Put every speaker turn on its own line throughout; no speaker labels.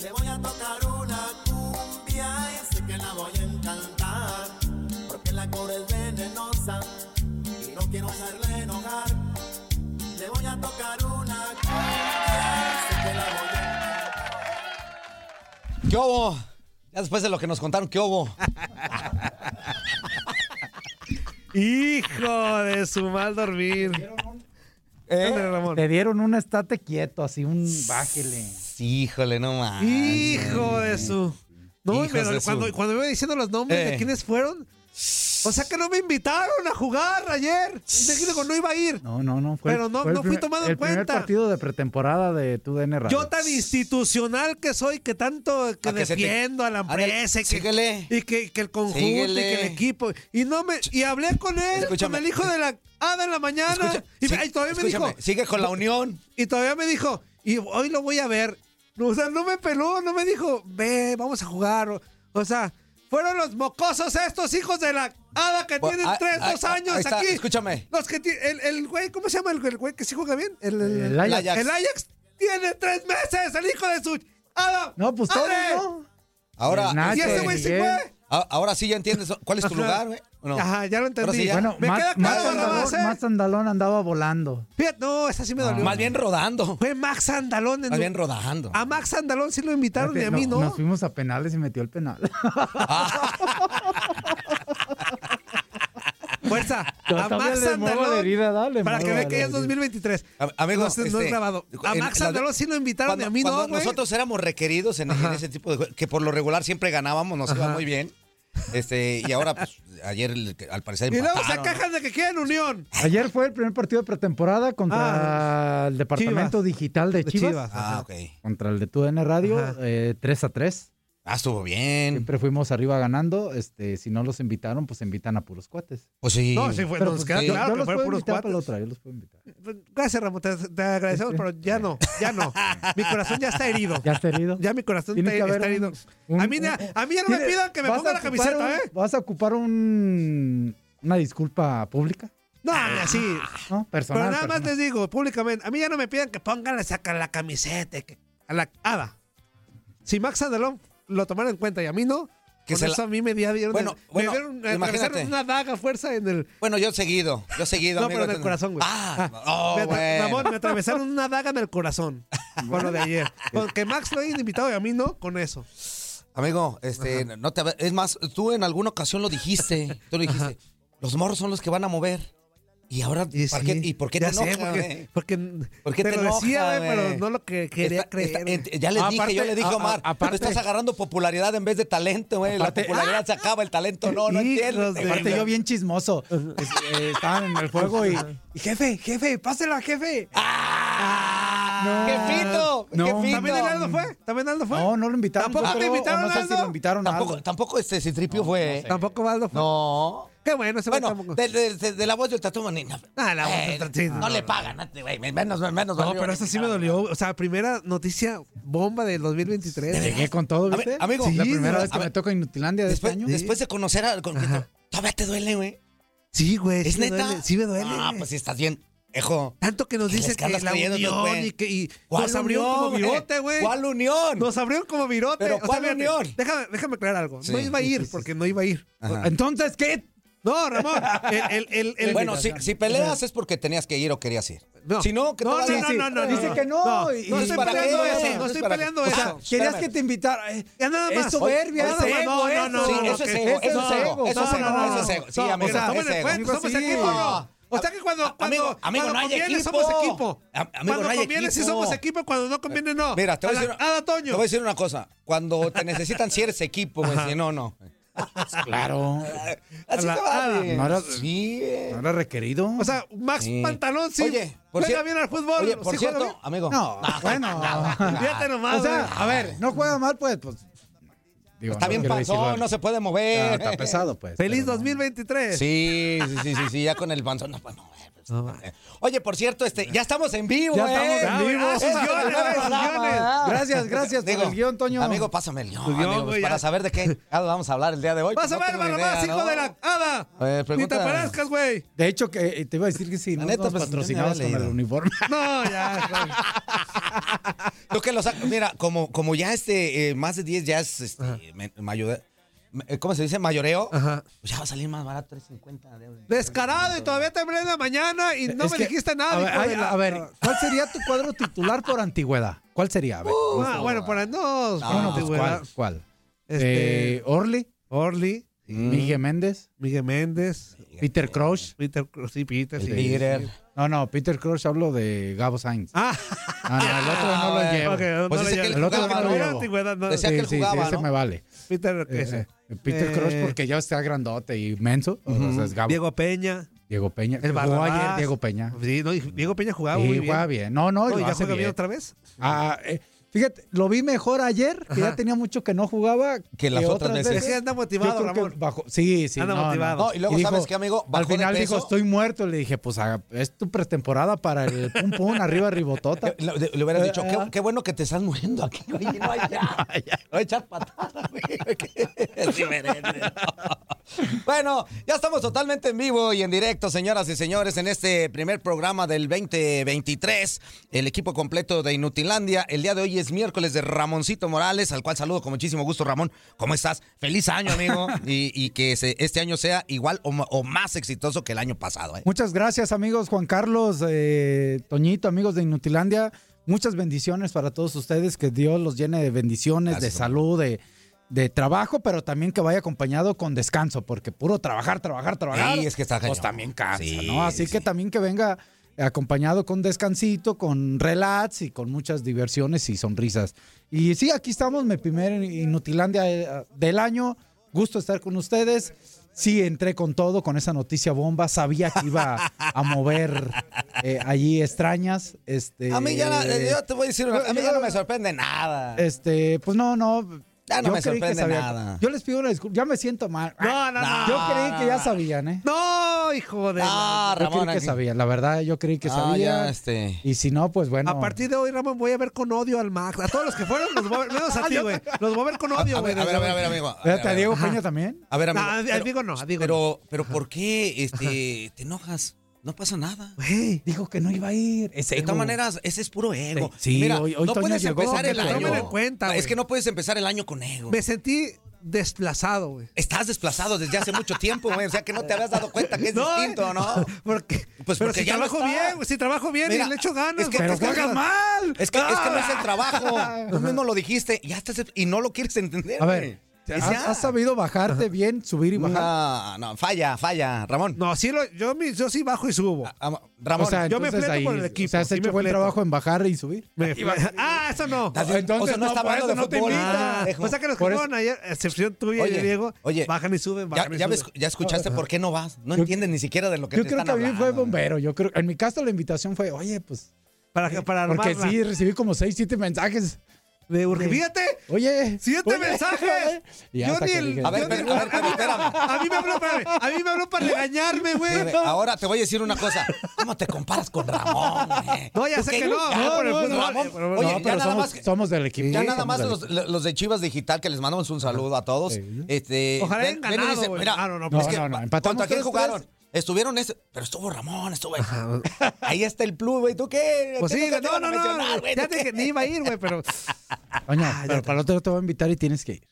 Le voy a tocar una cumbia y sé que la voy a encantar. Porque la cobra es venenosa y no quiero hacerle enojar. Le voy a tocar una cumbia y sé que la voy a encantar.
¿Qué hubo? Ya después de lo que nos contaron, ¿qué hubo?
Hijo de su mal dormir. Ándale, Ramón.
Te dieron un estate quieto, así un bájele.
Híjole, no más.
Hijo de su... No,
Hijos
pero
de su-
cuando, cuando me iba diciendo los nombres de
Eh.
quiénes fueron... O sea que no me invitaron a jugar ayer. Te digo, no iba a ir.
No, no, no. Fue,
Pero no-
fue el
no fui
primer-
tomado en
El
cuenta.
primer partido de pretemporada de TUDN Radio.
Yo tan institucional que soy, que tanto que
A que se te-
defiendo a la
Ándale,
empresa y que,
síguele.
y que, que el conjunto y
Síguele.
que el equipo. Y no me y hablé con él,
Escúchame.
con el hijo de la hada en la mañana.
Escucha-
y,
sí,
me- y todavía me
escúchame,
dijo,
Sigue con la unión.
y todavía me dijo, y hoy lo voy a ver. No, O sea, no me peló, no me dijo, ve, vamos a jugar. O, o sea, fueron los mocosos estos hijos de la hada que
Bueno,
tienen
ah,
tres,
ah,
dos
ah,
años
ahí está,
aquí.
escúchame.
Los que ti- el, el güey, ¿cómo se llama el, el güey que sí juega bien? El, el-
El Ajax.
El Ajax.
el Ajax tiene tres meses, el hijo de su hada.
No, pues
¡Madre!
todos,
Ahora,
El Nacho,
Y ese güey se
Miguel.
fue.
pues, a- ahora sí ya entiendes cuál es tu
Ajá.
lugar, güey. ¿o no?
Ajá, ya lo entendí.
Ahora sí ya.
Bueno,
Me
Matt-
queda
Matt
claro nada más,
Andalón- Ah.
¿eh?
Matt Andalón andaba volando.
Fíjate, no, esa sí me dolió.
Más bien rodando.
Fue Max Andalón.
Más bien rodando.
A Max Andalón sí lo invitaron y a
Fíjate,
mí
no-
no.
Nos fuimos a penales y metió el penal.
Fuerza.
Yo
A
también
Max
le muevo
Andalón.
la herida, dale,
para que
muevo
vea
la
que ya es
herida.
2023.
A- amigo,
no, es- no
este,
es grabado. A
en-
Max
la-
Andalón sí lo invitaron
Cuando,
y a mí
cuando
no, güey.
nosotros éramos requeridos en, en ese tipo de jue- que por lo regular siempre ganábamos, nos iba muy bien. Este, y ahora, pues, ayer el- al parecer
Y luego se
empataron, ¿no?
quejan de que quieren unión.
Ayer fue el primer partido de pretemporada contra el departamento
Chivas.
digital de
De
Chivas.
Chivas.
Ah, ok.
Contra el de TUDN Radio,
Ajá.
eh, 3 a 3.
Ah, estuvo bien.
Siempre fuimos arriba ganando. Este, si no los invitaron, pues invitan a puros cuates.
Pues sí.
No, sí, fue,
Pero,
nos
pues,
queda
yo-
claro
yo
que
los
fueron
puedo
puros
invitar para la
cuatro.
otra, yo los puedo invitar.
Gracias, Ramón, te, te agradecemos,
Sí, sí.
pero ya no, ya no. Mi corazón ya está herido.
¿Ya has herido?
Ya mi corazón
Tiene
te-
que haber
está herido.
un-
a, mí,
un-
na- a mí ya no me
Tiene-
pidan que me
vas a
ponga la
ocupar
camiseta,
un-
¿eh?
¿Vas a ocupar un, una disculpa pública?
No, ni así.
¿No? Personal.
Ah. Pero nada más
personal.
les digo públicamente, a mí ya no me pidan que pongan la saca la camiseta, que- a la hada. Si Max Andalón lo tomaron en cuenta y a mí no,
Que
con
se la-
eso a mí me di- dieron,
Bueno,
me
bueno,
dieron- me
imagínate.
regresaron una daga a fuerza en el
Bueno, yo seguido, yo seguido.
no,
amigo.
pero en el corazón, güey.
Ah,
me,
oh,
atra-
bueno.
Ramón, me atravesaron una daga en el corazón con lo de ayer. Con que Max lo hayan invitado y a mí no, con eso.
Amigo, este, no te, es más, tú en alguna ocasión lo dijiste, tú lo dijiste, los morros son los que van a mover. Y ahora,
Y
¿para qué-
sí,
¿y por qué te
ya sé,
enojas, eh?
porque,
güey?
porque,
¿Por qué
te,
te
lo
enoja,
decía, güey, pero
güey?
no lo que quería
Está-
creer. Ah,
está-
güey.
ent- ya les dije, yo le dije a Omar,
a- aparte-
tú estás agarrando popularidad en vez de talento, güey. La
Aparte-
popularidad se acaba, el talento no, no entiendo.
ah, Hijos de-
Aparte, yo bien chismoso. Es- eh, estaban en el juego y, y, jefe, jefe, pásela, jefe.
Ah,
No.
¡Jefito!
No.
¡Jefito!
¿También Aldo fue? ¿También Aldo fue?
No, no lo invitaron.
¿Ah,
¿Tampoco
yo
te
creo, o
invitaron,
No sé si
Aldo?
lo invitaron a
Tampoco,
Aldo.
tampoco este Citripio fue. ¿eh?
Tampoco Aldo fue.
No.
Qué bueno, ese güey
Bueno,
tampoco.
de, de- de- de la voz del tatu, ni- no,
Ah, la voz del Tatu, sí,
no,
no,
le
no.
pagan, no te- güey, menos, menos.
No,
valió
pero
que
esta sí me
pagaran.
dolió. O sea, primera noticia bomba del 2023.
Llegué Eh, con todo,
A ver,
¿viste?
amigo,
la
sí,
primera
no,
vez que
a ver,
me toca Inutilandia de
Después,
este año.
después de conocer a... con- todavía te duele, güey.
Sí, güey.
¿Es
sí Me
neta?
duele, sí me duele.
Ah, pues sí, estás bien. Ejo.
Tanto que nos
¿Qué les
dicen que
andas
la
creyendo,
unión
güey?
y que y
¿Cuál
pues,
nos abrieron
unión,
como
güey?
virote, güey.
¿Cuál unión?
Nos abrieron como virote.
¿Pero cuál
fíjate,
unión?
Déjame, déjame aclarar algo. No
Sí.
iba a ir porque no iba a ir.
Ajá.
Entonces, ¿qué?
No, Ramón. El, el, el, el-
Bueno, si, si peleas es porque tenías que ir o querías ir.
No.
Si no, que
no, no,
te
no, no, no, no.
Dice que no, y-
no
y
estoy
para qué,
peleando
no,
eso.
no
No
es
estoy
para-
peleando
o sea,
eso.
Querías
Espérame.
que te invitara. eh,
Ya nada
es
más.
soberbia,
Oye,
es
oye,
ego,
no, no,
eso.
Sí,
no,
eso es ego, eso es ego, eso es ego, eso es ego. Sí,
No,
amigo,
o
eso
sea, estamos
es
en el
ego.
cuento, somos
Sí.
equipo, ¿no? O sea que cuando, cuando,
Amigo, amigo,
cuando
no hay
conviene
equipo.
somos equipo.
A- amigo,
cuando
no hay
conviene sí
equipo.
somos equipo, cuando no conviene no.
Mira, te voy a decir,
Nada,
te
Toño.
voy a decir una cosa. Cuando te necesitan, si eres equipo, güey. Si no, no.
Claro.
Así
la
te va.
ala.
güey.
No era-
Sí.
¿No era requerido?
O sea, Max
Sí.
Pantalón sí
Oye, por
juega
cier-
bien al fútbol.
Oye, por
sí juega
cierto,
bien.
amigo.
no, bueno.
Fíjate nomás. ¿eh?
o sea,
güey.
a ver, no juega mal, pues. pues digo,
Está
no
bien
quiero
panzón,
decirlo.
no se puede
Ah,
mover.
Está pesado, pues.
Feliz
pero no.
2023.
Sí, sí, sí, sí, sí, ya con el panzón no puede mover. Oye, por cierto, este, ya estamos en vivo,
Ya
¿eh?
estamos en
Ah,
vivo.
güey, ah, sus guiones, güey, sus guiones.
Gracias, gracias por
Digo,
el guión, Toño.
Amigo, pásame el guión,
Tu guión,
amigos,
güey, ya.
para saber de qué vamos a hablar el día de hoy.
Vas a
pues,
ver,
no tengo
Barrabás,
idea,
hijo
¿no?
de la hada.
A ver,
Ni te
pregunta.
parezcas, güey.
De hecho, que eh, te iba a decir que si
La
no
neta,
nos
pues,
patrocinabas
ya me
con
había leído.
el uniforme.
No, ya. güey.
Tú que lo sacas. Mira, como, como ya este, eh, más de 10 ya es este, me- mayor- me- ¿Cómo se dice? Mayoreo.
Ajá.
Pues ya va a salir más barato, 3.50. de-
Descarado y todavía te hablé en la mañana y no
Es
me
que-
dijiste
A
nada.
ver,
hijo de
ay,
la-
a ver, ¿cuál sería tu cuadro titular por antigüedad? ¿Cuál sería? A ver.
Ah, bueno, para no.
Bueno,
No,
pues,
güey,
¿cuál? ¿Cuál?
Este-
Eh, Orly, Mm.
Orly,
Miguel Méndez,
Miguel Méndez,
Peter Crouch.
Peter, Cru- sí, Peter,
El
sí.
Peter.
No, no, Peter Crouch, hablo de Gabo Sainz.
Ah,
Ah, no, el otro no lo
Ah,
llevo.
ok, no
Pues
lo
dice que
llevo.
él
El otro
jugaba,
no
¿no?
era antigüedad, no.
Decía
Sí,
que él
sí, sí,
jugaba,
ese
¿no?
me vale.
Peter, ese.
Eh, eh, Peter
Eh,
Crouch, porque ya está grandote y menso. o sea, es Gabo. Diego,
Diego Peña.
Peña.
El
Jugó
Barrabás.
ayer Diego Peña.
Sí, no, y Diego Peña jugaba
y
muy
juega
bien.
bien. No, no,
No,
y
y
lo
ya
hace
juega bien
bien.
otra vez.
Ah, eh, fíjate, lo vi mejor ayer, que
Ajá.
ya tenía mucho que no jugaba.
Que las otras veces.
Es que anda
Yo
motivado,
creo que
Ramón.
bajó- Sí, sí.
Anda
no, no.
motivado.
No, y luego,
Y
¿sabes
dijo,
qué, amigo?
Al
Bajó de
final dijo,
peso.
estoy muerto. Le dije, pues haga- es tu pretemporada para el pum pum, arriba ribotota.
Le, le- le hubieras
Eh,
dicho, qué, qué bueno que te estás muriendo aquí, güey. No hay ya. No hay echar patada, güey. Es diferente. Bueno, ya estamos totalmente en vivo y en directo, señoras y señores, en este primer programa del 2023. El equipo completo de Inutilandia. El día de hoy es miércoles de Ramoncito Morales, al cual saludo con muchísimo gusto, Ramón. ¿Cómo estás? Feliz año, amigo. Y, y que se- este año sea igual o, ma- o más exitoso que el año pasado, ¿eh?
Muchas gracias, amigos Juan Carlos, eh, Toñito, amigos de Inutilandia. Muchas bendiciones para todos ustedes. Que Dios los llene de bendiciones,
Gracias,
de
hermano.
salud, de, de trabajo, pero también que vaya acompañado con descanso, porque puro trabajar, trabajar, trabajar.
Sí, es que está
Pues
cañón.
también cansa,
Sí,
¿no? Así
sí.
que también que venga acompañado con descansito, con relax y con muchas diversiones y sonrisas. Y sí, aquí estamos, mi primer Inutilandia eh, del año. Gusto estar con ustedes. Sí, entré con todo, con esa noticia bomba. Sabía que iba a mover eh, allí extrañas. Este,
A mí ya, la- eh, yo te voy a decir, una- a mí ya no me sorprende nada.
Este, pues no, no.
Ya no
yo
me
creí que
sorprende
sabía.
nada.
Yo les pido una disculpa. Ya me siento mal.
No, no, no.
Yo creí que ya sabían, ¿eh?
No, hijo de. la-
Ah,
Yo
Ramón.
creí que
aquí-
sabían, la verdad, yo creí que
Ah,
sabían.
ya, este.
Y si no, pues bueno.
A partir de hoy, Ramón, voy a ver con odio al Max. A todos los que fueron, los voy a ver, menos a ti, güey. Los voy a ver con odio,
A
güey.
ver, a ver, a ver, a ver, amigo. A ver,
Fíjate, a Diego Peña también.
A ver, amigo.
No, a- a Diego no, a Diego
Pero, pero ¿por qué este, te enojas? No pasa nada.
Güey,
Dijo que no iba a ir. Es
De todas
ego.
maneras, ese es puro ego.
Sí,
Mira,
hoy- hoy
no
Toño
puedes
llegó,
empezar el
me
año.
tómale
en cuenta,
No, es
güey.
que no puedes empezar el año con ego.
me sentí desplazado, güey.
Estás desplazado desde hace mucho tiempo, güey. O sea que no te habías dado cuenta que es distinto, ¿no?
Porque
Pues
pero
porque
si
ya no
trabajo
está.
bien, güey, si trabajo bien
Mira,
y le echo ganas.
es que-
pero
es que
juegas
no-
mal.
Es que, es que no es el trabajo. Tú mismo lo dijiste. Ya estás, y no lo quieres entender.
A
güey.
ver,
Es
¿has,
ah.
ya.
has sabido bajarte bien, subir y bajar?
No, no, falla, falla, Ramón.
No, sí lo- yo, mi- yo sí bajo y subo.
Ah, Ramón,
o sea,
yo me
entonces
fleto
ahí,
por el equipo,
O sea, has
sí me
hecho buen
fleto.
trabajo en bajar y subir.
Me- ah, eso no.
Estás bien-
entonces,
o sea, no,
no,
está
por
hablando de
eso no te
fútbol.
Ah,
pendejo.
o sea que los que
Por
fueron ayer, a excepción tuya
Oye,
y Diego,
oye.
bajan y suben,
Ya,
bajan y
ya
suben.
ves- ya escuchaste por qué no vas. No entiendes ni siquiera de lo que
Yo
te
creo que
están
a mí
hablando.
fue bombero. Yo creo, en mi caso la invitación fue, oye, pues,
Para, para
porque
armarla.
sí recibí como seis, siete mensajes.
De urge- Fíjate,
Oye,
siete
oye,
mensajes.
Y ya
Yo
hasta
ni
que
el-
dije,
A ver,
Yo
pero-
digo-
a ver, pero espérame.
A mí me habló para, a mí me habló para regañarme, güey.
Güey, Ahora te voy a decir una cosa. ¿Cómo te comparas con Ramón? güey?
No, ya
¿Tú
sé
qué? Ah,
que no,
Ya,
no, por el
no,
fútbol,
Ramón.
eh, por el fútbol.
Oye,
no,
ya
pero
nada
somos,
más.
somos del equipo.
Ya nada
somos
más
del
los, los de Chivas Digital que les mandamos un saludo a todos.
Sí.
Este,
Ojalá
ven-
hayan
ven y
ganado,
dicen,
güey.
mira,
Ah, no, no,
no,
es que
no, no,
pa-
empatamos
¿Contra quién
tres,
jugaron?
tres.
Estuvieron ese, pero estuvo Ramón, estuvo. Ahí está el plus, güey. ¿Tú qué?
Pues
¿Qué
sí,
nunca te
no,
iban a
no, no.
mencionar, güey? ¿Tú
Ya te
qué?
que ni iba a ir, güey, pero.
equipo. Oña,
Ah,
pero para el otro te voy a invitar y tienes que ir.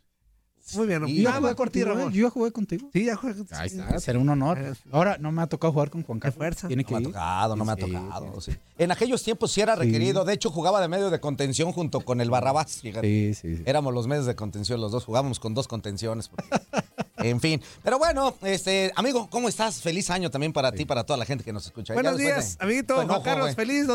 Muy bien,
Y
nada
jugué
más por ti,
contigo,
Ramón.
Yo ya jugué contigo.
Sí, ya juega.
Ahí está, será un honor. Ahora no me ha tocado jugar con Juan Carlos.
fuerza.
Tiene
No
que
me ha
ir.
tocado, no me ha
Sí, sí,
tocado. sí. En aquellos tiempos sí era
Sí.
requerido. De hecho, jugaba de medio de contención junto con el Barrabás. fíjate.
Sí, sí, sí.
Éramos los medios de contención, los dos jugábamos con dos contenciones. porque- en fin. Pero bueno, este amigo, ¿cómo estás? Feliz año también para ti, para toda la gente que nos escucha. Ya
Buenos
después
días,
de-
amiguito
tu
Juan
enojo,
Carlos.
güey.
Feliz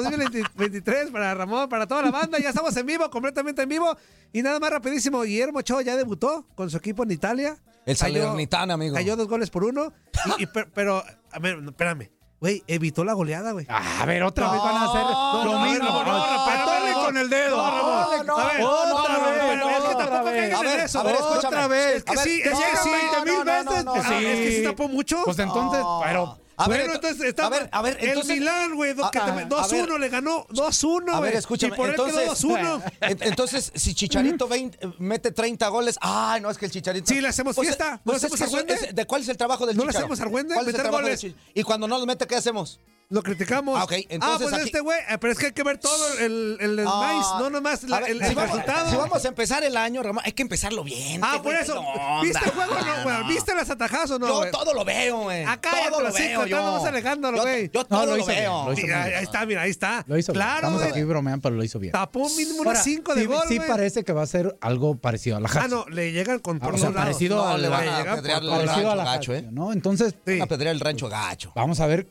2023 para Ramón, para toda la banda. Ya estamos en vivo, completamente en vivo. Y nada más rapidísimo, Guillermo Ochoa ya debutó con su equipo en Italia.
El
Cayó-
Salernitana, amigo.
Cayó dos goles por uno. Y, y per- pero, a ver, espérame. Güey, evitó la goleada, güey.
Ah, A ver, otra vez van a hacer
No,
lo
no,
mismo.
no, no, no,
Atole
no,
con el dedo.
no,
Ramón.
no,
A ver,
no,
otra
no,
vez.
no,
Pero es que
otra
tampoco
vez.
caigan
A ver,
en eso.
a ver, escúchame.
Otra vez. Es
A
que
ver,
sí, es
no,
que sí.
no,
mil
no, no,
veces.
no,
Pues
no.
sí, Es que sí tapó mucho.
Pues entonces,
No.
pero.
A ver,
bueno, entonces está.
a ver, a ver, entonces-
el Milán, güey, do- que
A-
te-
a- a
2-1
ver.
le ganó 2-1.
A ver,
güey.
escúchame.
Y por este él
entonces,
quedó 2-1.
en- entonces, si Chicharito 20 eh, mete 30 goles, ay, no, es que el Chicharito.
Sí, le hacemos fiesta,
eh,
¿no le
es
hacemos
que
argüende?
es- ¿De cuál es el trabajo del
¿No le
Chicharo?
hacemos argüende?
¿Cuál es el
Meter
trabajo del
goles.
Chich- Y cuando no los mete, ¿qué hacemos?
Lo criticamos.
Ah, ok,
ah,
entonces
pues
aquí-
este güey. eh, Pero es que hay que ver todo el, el, el
Ah,
maíz, no nomás la-
a ver,
el,
si
el
vamos-
resultado.
Si vamos a empezar el año, Ramón, hay que empezarlo bien.
ah,
¿qué
por
güey,
eso.
qué onda?
¿Viste el juego o no, güey? ¿Viste las atajadas o no,
Yo
güey?
todo lo veo, güey.
Acá ya
todo
te
lo
lo sí,
veo.
tratando
Yo,
más alegándolo,
Yo-
güey.
Yo
No,
todo
lo
lo
hizo bien,
veo.
lo hizo
Sí,
bien.
ahí, ahí está, mira, ahí está.
Lo hizo bien.
claro,
Estamos
güey.
aquí bromeando, pero lo hizo bien.
Tapó mínimo
Ahora,
unas 5 de
sí,
gol,
Sí
güey.
parece que va a ser algo parecido a la
Ah,
Hachi.
no, le llegan con por
o
los
sea,
lados.
parecido
No,
a
le
la,
van a
llegan por
apedrear el
todos lados.
parecido a
rancho
la
gacho,
Hachi,
¿eh?
¿no? Entonces,
Sí.
Van a pedrear el rancho gacho.
vamos a ver.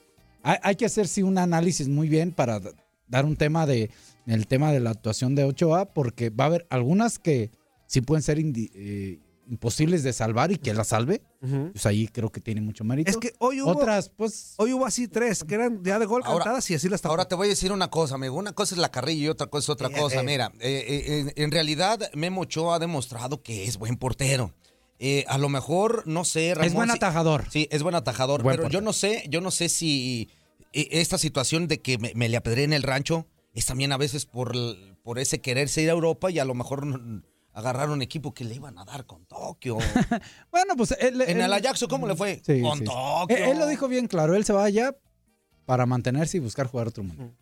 Hay, hay que hacer sí un análisis muy bien para d- dar un tema de el tema de la actuación de Ochoa, porque va a haber algunas que sí pueden ser indi- eh, imposibles de salvar y que la salve.
Ujú.
Pues ahí creo que tiene mucho mérito.
Es que hoy hubo,
otras, pues,
hoy hubo así tres que eran ya de gol
Ahora-
cantadas y así las tapó.
Ahora te voy a decir una cosa, amigo. Una cosa es la carrilla y otra cosa es otra
Eh,
cosa.
eh.
Mira, eh, eh, en, en realidad Memo Ochoa ha demostrado que es buen portero. Eh, a lo mejor, no sé, Ramón.
es buen
si-
atajador.
Sí, es buen atajador.
Buen
pero yo
portero.
no sé, yo no sé si eh, esta situación de que me, me le apedré en el rancho es también a veces por, l- por ese quererse ir a Europa y a lo mejor no- agarrar un equipo que le iban a dar con Tokio.
Bueno, pues él-
en
él-
el Ajaxo, ¿cómo le fue?
Sí,
con
sí, sí.
Tokio.
Él, él lo dijo bien claro, él se va allá para mantenerse y buscar jugar otro mundo.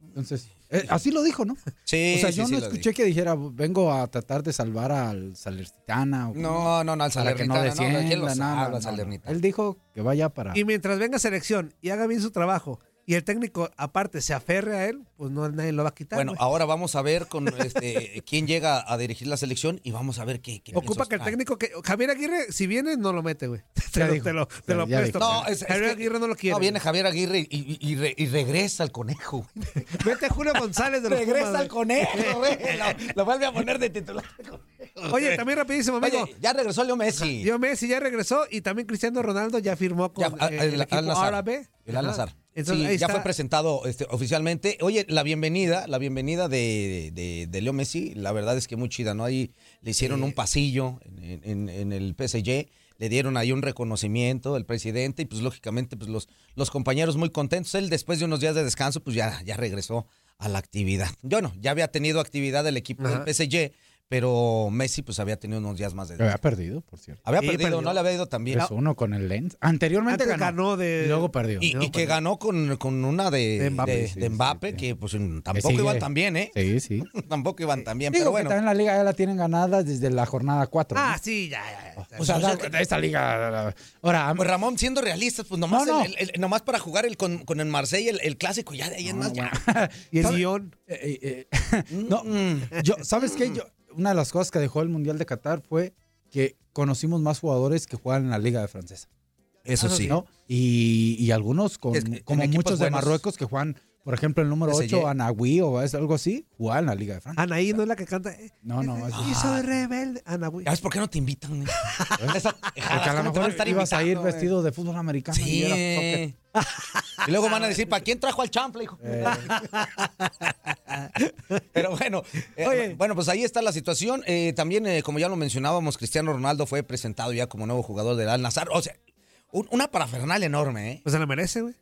Entonces, eh, así lo dijo, ¿no?
Sí,
O sea,
sí,
yo
sí,
no
lo
escuché que dijera, vengo a tratar de salvar al Salernitana o
No, no, no, al
para que no
Salernitana. No,
descienda.
¿quién lo
no, no,
sabe, al
no, no.
Salernitana?
Él dijo que vaya
Ah.
para...
Y mientras venga selección y haga bien su trabajo y el técnico aparte se aferre a él, pues no nadie lo va a quitar.
Bueno,
güey.
ahora vamos a ver con este, quién llega a dirigir la selección y vamos a ver qué. qué
Ocupa
piensos
que el
trae.
técnico que Javier Aguirre si viene no lo mete, güey. Te,
Ya
lo-
dijo.
te lo te
Ya-
lo
ya
apuesto.
dijo.
No, es- es
Javier
que-
Aguirre no lo quiere.
No, viene Javier Aguirre y, y- y re- y regresa al conejo.
güey. Vete a Julio González de los Pumas,
regresa al
güey.
conejo, güey. Lo, lo vuelve a poner de titular.
Oye, también rapidísimo, amigo.
Oye, ya regresó Leo Messi.
Yo Messi ya regresó y también Cristiano Ronaldo ya firmó con
Ya, al-
eh,
al-
el, equipo
Al-Nassr.
árabe.
El Al-Nazar.
Ajá. Entonces, ahí
ya
está.
fue presentado este, oficialmente. Oye, la bienvenida, la bienvenida de, de- de Leo Messi, la verdad es que muy chida, ¿no? Ahí le hicieron un pasillo en, en- en el PSG, le dieron ahí un reconocimiento el presidente y pues lógicamente pues los, los compañeros muy contentos. Él después de unos días de descanso pues ya, ya regresó a la actividad. Yo no, ya había tenido actividad el equipo
Ajá.
del PSG, Pero Messi pues había tenido unos días más de...
Había perdido, por cierto.
Había
Sí,
perdido,
perdió.
no le había ido tan bien.
3-1 con el Lens. Anteriormente
Antes
ganó,
ganó de-
y luego perdió.
Y,
No,
y que
pues,
ganó con, con una de,
de
de
Mbappé,
de Mbappé,
sí, sí, sí.
que pues en-
Que
tampoco
sigue.
iban tan bien, ¿eh?
Sí, sí. Digo
Tampoco iban tan bien,
que
pero bueno.
también la liga ya la tienen ganada desde la jornada 4.
Ah, sí, ya, ya, ya.
O sea,
Pues,
da- da esta liga. Ahora, ah,
Pues Ramón, siendo realistas, pues nomás,
No, no.
el- el- el- nomás para jugar el con, con el Marsella el, el clásico, ya de ahí en más, Mm, ya.
Y el guión.
Eh, eh, eh, no, yo, ¿sabes qué? Yo, una de las cosas que dejó el Mundial de Qatar fue que conocimos más jugadores que juegan en la Liga de Francesa.
Eso Ah, sí.
¿no? Y, y algunos, con,
Es que en
como
equipos
muchos de
buenos.
Marruecos, que juegan, por ejemplo, el número
PSG.
8, Anagüí o es algo así, juegan en la Liga de
Ah,
Francia.
Anaí no es la que canta. eh,
No, no,
eh,
es-
Y soy rebelde. Ana, güey.
¿Ya ves por qué no te invitan? ¿eh? güey? Esas
Porque
tejadas,
a lo
¿cómo te van
mejor
estar
ibas a ir
invitando, güey?
vestido de fútbol americano. y era soccer. Eh,
Sí. Y luego van a decir, ¿para quién trajo al champla, hijo? Pero bueno, eh,
Oye.
bueno, pues ahí está la situación. Eh, también, eh, como ya lo mencionábamos, Cristiano Ronaldo fue presentado ya como nuevo jugador del Al-Nazar. O sea, un- una parafernalia enorme, ¿eh?
Pues se la merece, güey.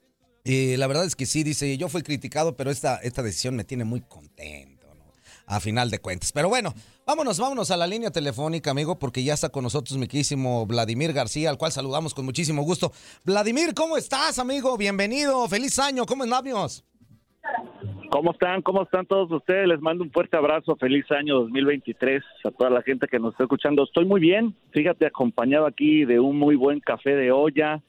Y Eh, la verdad es que sí, dice, yo fui criticado, pero esta, esta decisión me tiene muy contento, ¿no? A final de cuentas. Pero bueno, vámonos, vámonos a la línea telefónica, amigo, porque ya está con nosotros mi querísimo Vladimir García, al cual saludamos con muchísimo gusto. Vladimir, ¿cómo estás, amigo? Bienvenido, feliz año, ¿cómo andamos?
¿Cómo están? ¿Cómo están todos ustedes? Les mando un fuerte abrazo. Feliz año 2023 a toda la gente que nos está escuchando. Estoy muy bien. Fíjate, acompañado aquí de un muy buen café de olla,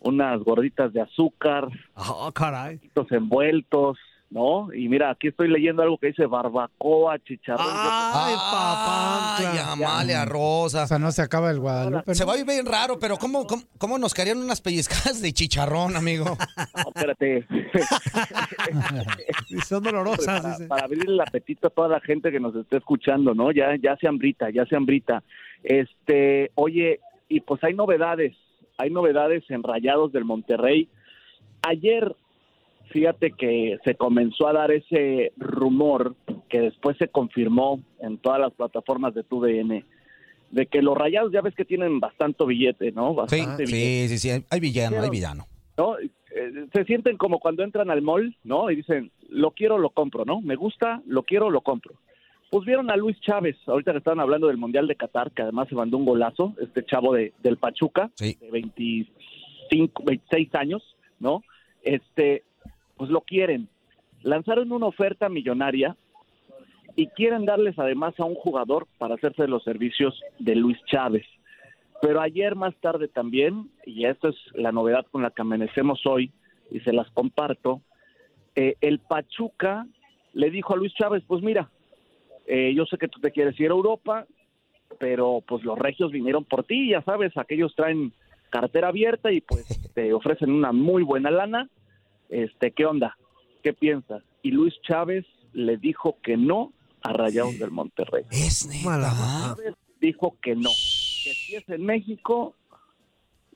unas gorditas de azúcar,
Oh, caray.
estos envueltos, ¿no? Y mira, aquí estoy leyendo algo que dice barbacoa, chicharrón.
Ay, papá.
Ay,
claro.
amale a Rosa.
O sea, no se acaba el Guadalupe.
Se
¿no?
va a vivir bien raro, pero ¿cómo, cómo, cómo nos caerían unas pellizcadas de chicharrón, amigo?
No, espérate.
Y son dolorosas,
para,
dice.
para abrir el apetito a toda la gente que nos esté escuchando, ¿no? Ya, ya se hambrita, ya se hambrita. Este, oye, y pues hay novedades, hay novedades en Rayados del Monterrey. Ayer, fíjate que se comenzó a dar ese rumor que después se confirmó en todas las plataformas de TUDN, de que los Rayados ya ves que tienen bastante billete, ¿no?
Sí,
Bastante billete.
sí, sí, sí, hay villano, hay villano.
¿no? Eh, se sienten como cuando entran al mall, ¿no? Y dicen, lo quiero, lo compro, ¿no? Me gusta, lo quiero, lo compro. Pues vieron a Luis Chávez, ahorita que estaban hablando del Mundial de Qatar, que además se mandó un golazo, este chavo de, del Pachuca,
Sí.
de 25, 26 años, ¿no? Este, pues lo quieren. Lanzaron una oferta millonaria y quieren darles además a un jugador para hacerse de los servicios de Luis Chávez. Pero ayer más tarde también, y esta es la novedad con la que amanecemos hoy y se las comparto, eh, el Pachuca le dijo a Luis Chávez, pues mira, eh, yo sé que tú te quieres ir a Europa, pero pues los regios vinieron por ti, ya sabes, aquellos traen cartera abierta y pues te ofrecen una muy buena lana. Este, ¿Qué onda? ¿Qué piensas? Y Luis Chávez le dijo que no a Rayados del Monterrey
Es neta.
Mala mamá.
dijo que no, que si es en México,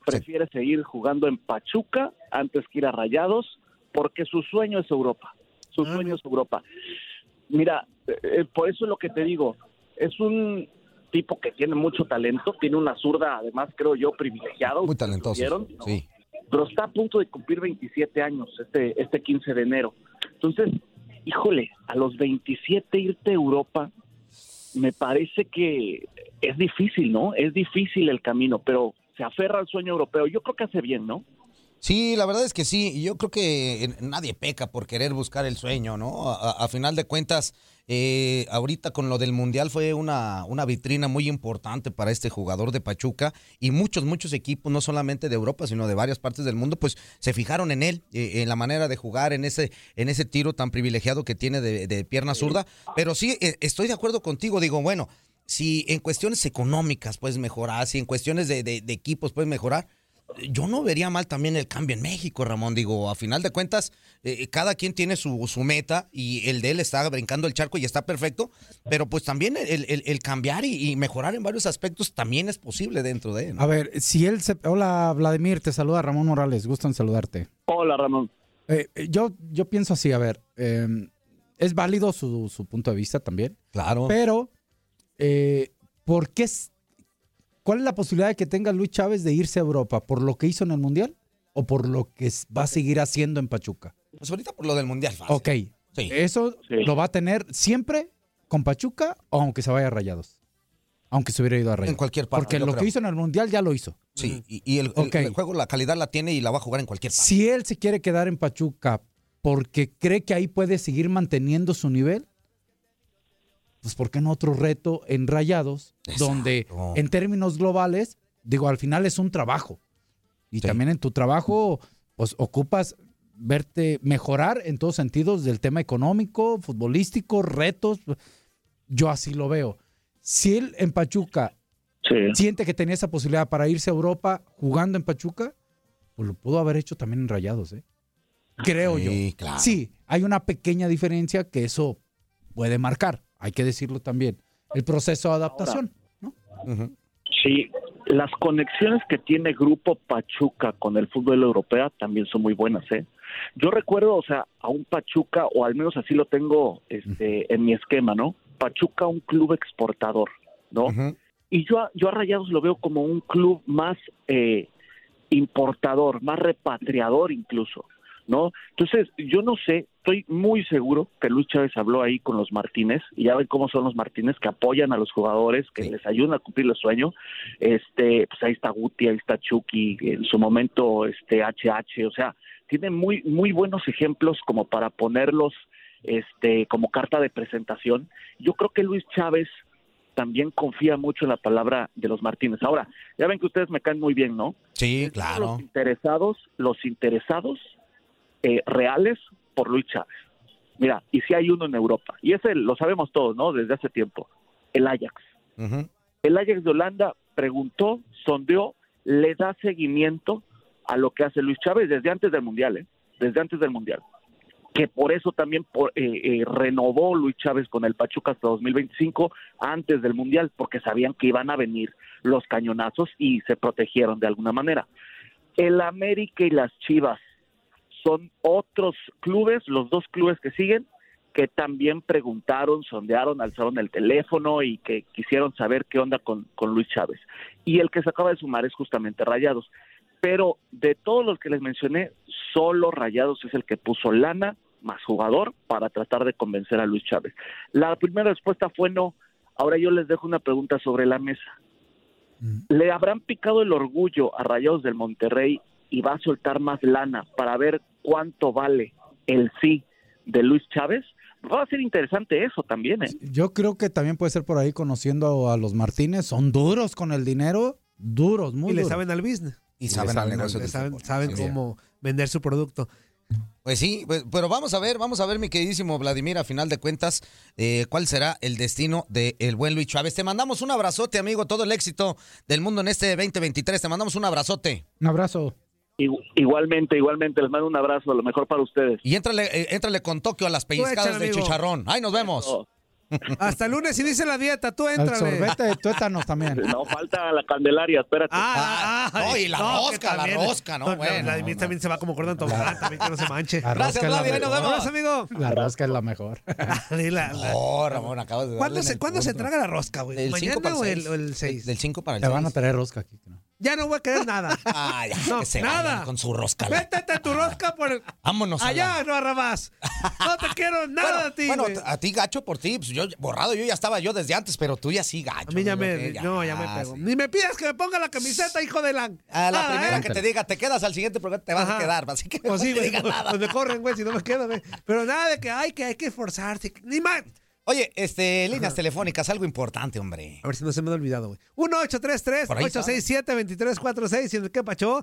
prefiere seguir jugando en Pachuca antes que ir a Rayados, porque su sueño es Europa, su sueño es Europa. Mira, eh, eh, por eso es lo que te digo, es un tipo que tiene mucho talento, tiene una zurda, además creo yo, privilegiada.
Muy
¿ustedes lo
talentoso.
vieron? ¿no?
Sí.
pero está a punto de cumplir 27 años este, este 15 de enero. Entonces, híjole, a los 27 irte a Europa, me parece que es difícil, ¿no? Es difícil el camino, pero se aferra al sueño europeo. Yo creo que hace bien, ¿no?
Sí, la verdad es que sí. y Yo creo que eh, nadie peca por querer buscar el sueño, ¿no? A, a- a final de cuentas, eh, ahorita con lo del Mundial fue una, una vitrina muy importante para este jugador de Pachuca y muchos, muchos equipos, no solamente de Europa, sino de varias partes del mundo, pues se fijaron en él, eh, en la manera de jugar, en ese, en ese tiro tan privilegiado que tiene de, de pierna zurda. Pero sí, eh, estoy de acuerdo contigo. Digo, bueno, si en cuestiones económicas puedes mejorar, si en cuestiones de- de- de equipos puedes mejorar, yo no vería mal también el cambio en México, Ramón. Digo, a final de cuentas, eh, cada quien tiene su, su meta y el de él está brincando el charco y está perfecto. Pero pues también el, el- el cambiar y, y mejorar en varios aspectos también es posible dentro de él.
A ver, si él se... Hola, Vladimir, te saluda Ramón Morales, gusto en saludarte.
Hola, Ramón.
Eh, eh, yo, yo pienso así, a ver, eh, es válido su, su punto de vista también,
Claro.
pero eh, ¿por qué? es- ¿Cuál es la posibilidad de que tenga Luis Chávez de irse a Europa? ¿Por lo que hizo en el Mundial o por lo que s- va a seguir haciendo en Pachuca?
Pues ahorita por lo del Mundial. fácil.
Ok,
Sí.
eso
Sí.
lo va a tener siempre con Pachuca o aunque se vaya a Rayados. Aunque se hubiera ido a Rayados.
En cualquier parte,
Porque
yo
lo
creo.
que hizo en el Mundial ya lo hizo.
Sí, y, y el, el-
Ok.
el juego, la calidad la tiene y la va a jugar en cualquier parte.
Si él se quiere quedar en Pachuca porque cree que ahí puede seguir manteniendo su nivel, pues ¿por qué no otro reto en Rayados? Donde en términos globales, digo, al final es un trabajo. Y también en tu trabajo, pues ocupas verte mejorar en todos sentidos del tema económico, futbolístico, retos. Yo así lo veo. Si él en Pachuca siente que tenía esa posibilidad para irse a Europa jugando en Pachuca, pues lo pudo haber hecho también en Rayados, ¿eh?
Ah,
Creo
Sí,
yo.
claro.
Sí, hay una pequeña diferencia que eso puede marcar, hay que decirlo también. El proceso de adaptación.
Sí, las conexiones que tiene Grupo Pachuca con el fútbol europeo también son muy buenas, ¿eh? Yo recuerdo, o sea, a un Pachuca, o al menos así lo tengo este, en mi esquema, ¿no? Pachuca, un club exportador, ¿no? Y yo, a- yo a Rayados lo veo como un club más eh, importador, más repatriador incluso, ¿no? Entonces, yo no sé, estoy muy seguro que Luis Chávez habló ahí con los Martínez, y ya ven cómo son los Martínez, que apoyan a los jugadores, que les ayudan a cumplir los sueños. Este, pues ahí está Guti, ahí está Chucky, en su momento este HH, o sea, tiene muy, muy buenos ejemplos como para ponerlos este, como carta de presentación. Yo creo que Luis Chávez también confía mucho en la palabra de los Martínez. Ahora, ya ven que ustedes me caen muy bien, ¿no?
Sí, claro.
Los interesados, los interesados eh, reales por Luis Chávez. Mira, y si hay uno en Europa, y ese lo sabemos todos, ¿no? Desde hace tiempo, el Ajax.
Ujú.
El Ajax de Holanda preguntó, sondeó, le da seguimiento a lo que hace Luis Chávez desde antes del Mundial, ¿eh? Desde antes del Mundial. Que por eso también por- eh, eh, renovó Luis Chávez con el Pachuca hasta 2025, antes del Mundial, porque sabían que iban a venir los cañonazos y se protegieron de alguna manera. El América y las Chivas son otros clubes, los dos clubes que siguen, que también preguntaron, sondearon, alzaron el teléfono y que quisieron saber qué onda con, con Luis Chávez. Y el que se acaba de sumar es justamente Rayados. Pero de todos los que les mencioné, solo Rayados es el que puso lana más jugador para tratar de convencer a Luis Chávez. La primera respuesta fue no. Ahora yo les dejo una pregunta sobre la mesa. ¿Le habrán picado el orgullo a Rayados del Monterrey y va a soltar más lana para ver cuánto vale el sí de Luis Chávez? Va a ser interesante eso también, ¿eh?
Yo creo que también puede ser por ahí conociendo a los Martínez. Son duros con el dinero, duros, muy
y le
duros.
saben al business.
Y saben al negocio
le
del
saben,
fútbol.
saben
Así es.
cómo vender su producto.
Pues sí, pues- pero vamos a ver, vamos a ver, mi queridísimo Vladimir, a final de cuentas, eh, cuál será el destino del buen Luis Chávez. Te mandamos un abrazote, amigo, todo el éxito del mundo en este 2023. Te mandamos un abrazote.
Un abrazo.
Igu- Igualmente, igualmente, les mando un abrazo, a lo mejor para ustedes.
Y éntrale, eh, éntrale con Tokio a las pellizcadas
Échale,
de
amigo.
chicharrón. Ahí nos vemos.
Hasta el lunes y dice la dieta, tú
Al
éntrale.
sorbete de tuétanos también.
No, falta la Candelaria, espérate.
Ah, ah,
no, y la
que
rosca, la
también.
rosca, ¿no? Bueno,
Vladimir
no,
también se va como cordón tobogán, también que no se manche.
La
Gracias,
rosca es la
Vladi, ahí nos
mejor.
vemos.
Abrazo, amigo.
La rosca es la mejor.
Dale, la- la-
Oh, Ramón, acabas de
¿Cuándo,
darle en
se,
el
¿cuándo se
punto.
traga la rosca, güey?
Del cinco
¿Mañana
para
o
el
el- o el
seis.
6?
Del 5 para el
Te
6.
van a traer rosca aquí. ¿no?
Ya no voy a querer nada.
Ah, ya,
No,
que se
nada.
vayan con su rosca.
Métete tu rosca por el...
Vámonos a la-
Allá, no arrabás. No te quiero nada
Bueno,
de ti,
bueno,
güey.
a ti gacho por ti, pues yo borrado, yo ya estaba yo desde antes, pero tú ya sí gacho.
A mí ya
amigo,
me...
que
No, ya me pegó.
sí.
Ni me pidas que me ponga la camiseta, hijo de la...
A la
Nada,
primera
¿eh?
que te diga, te quedas al siguiente programa, te vas a
Ajá.
quedar. Así que
Pues
no
sí,
te
güey.
diga nada.
Pues me corren, güey, si no me quedo, güey. Pero nada de que hay que, hay que esforzarse. Ni más.
Oye, este, líneas telefónicas, algo importante, hombre.
A ver si no se me ha olvidado, güey. 1-833-867-2346 y en el que pachó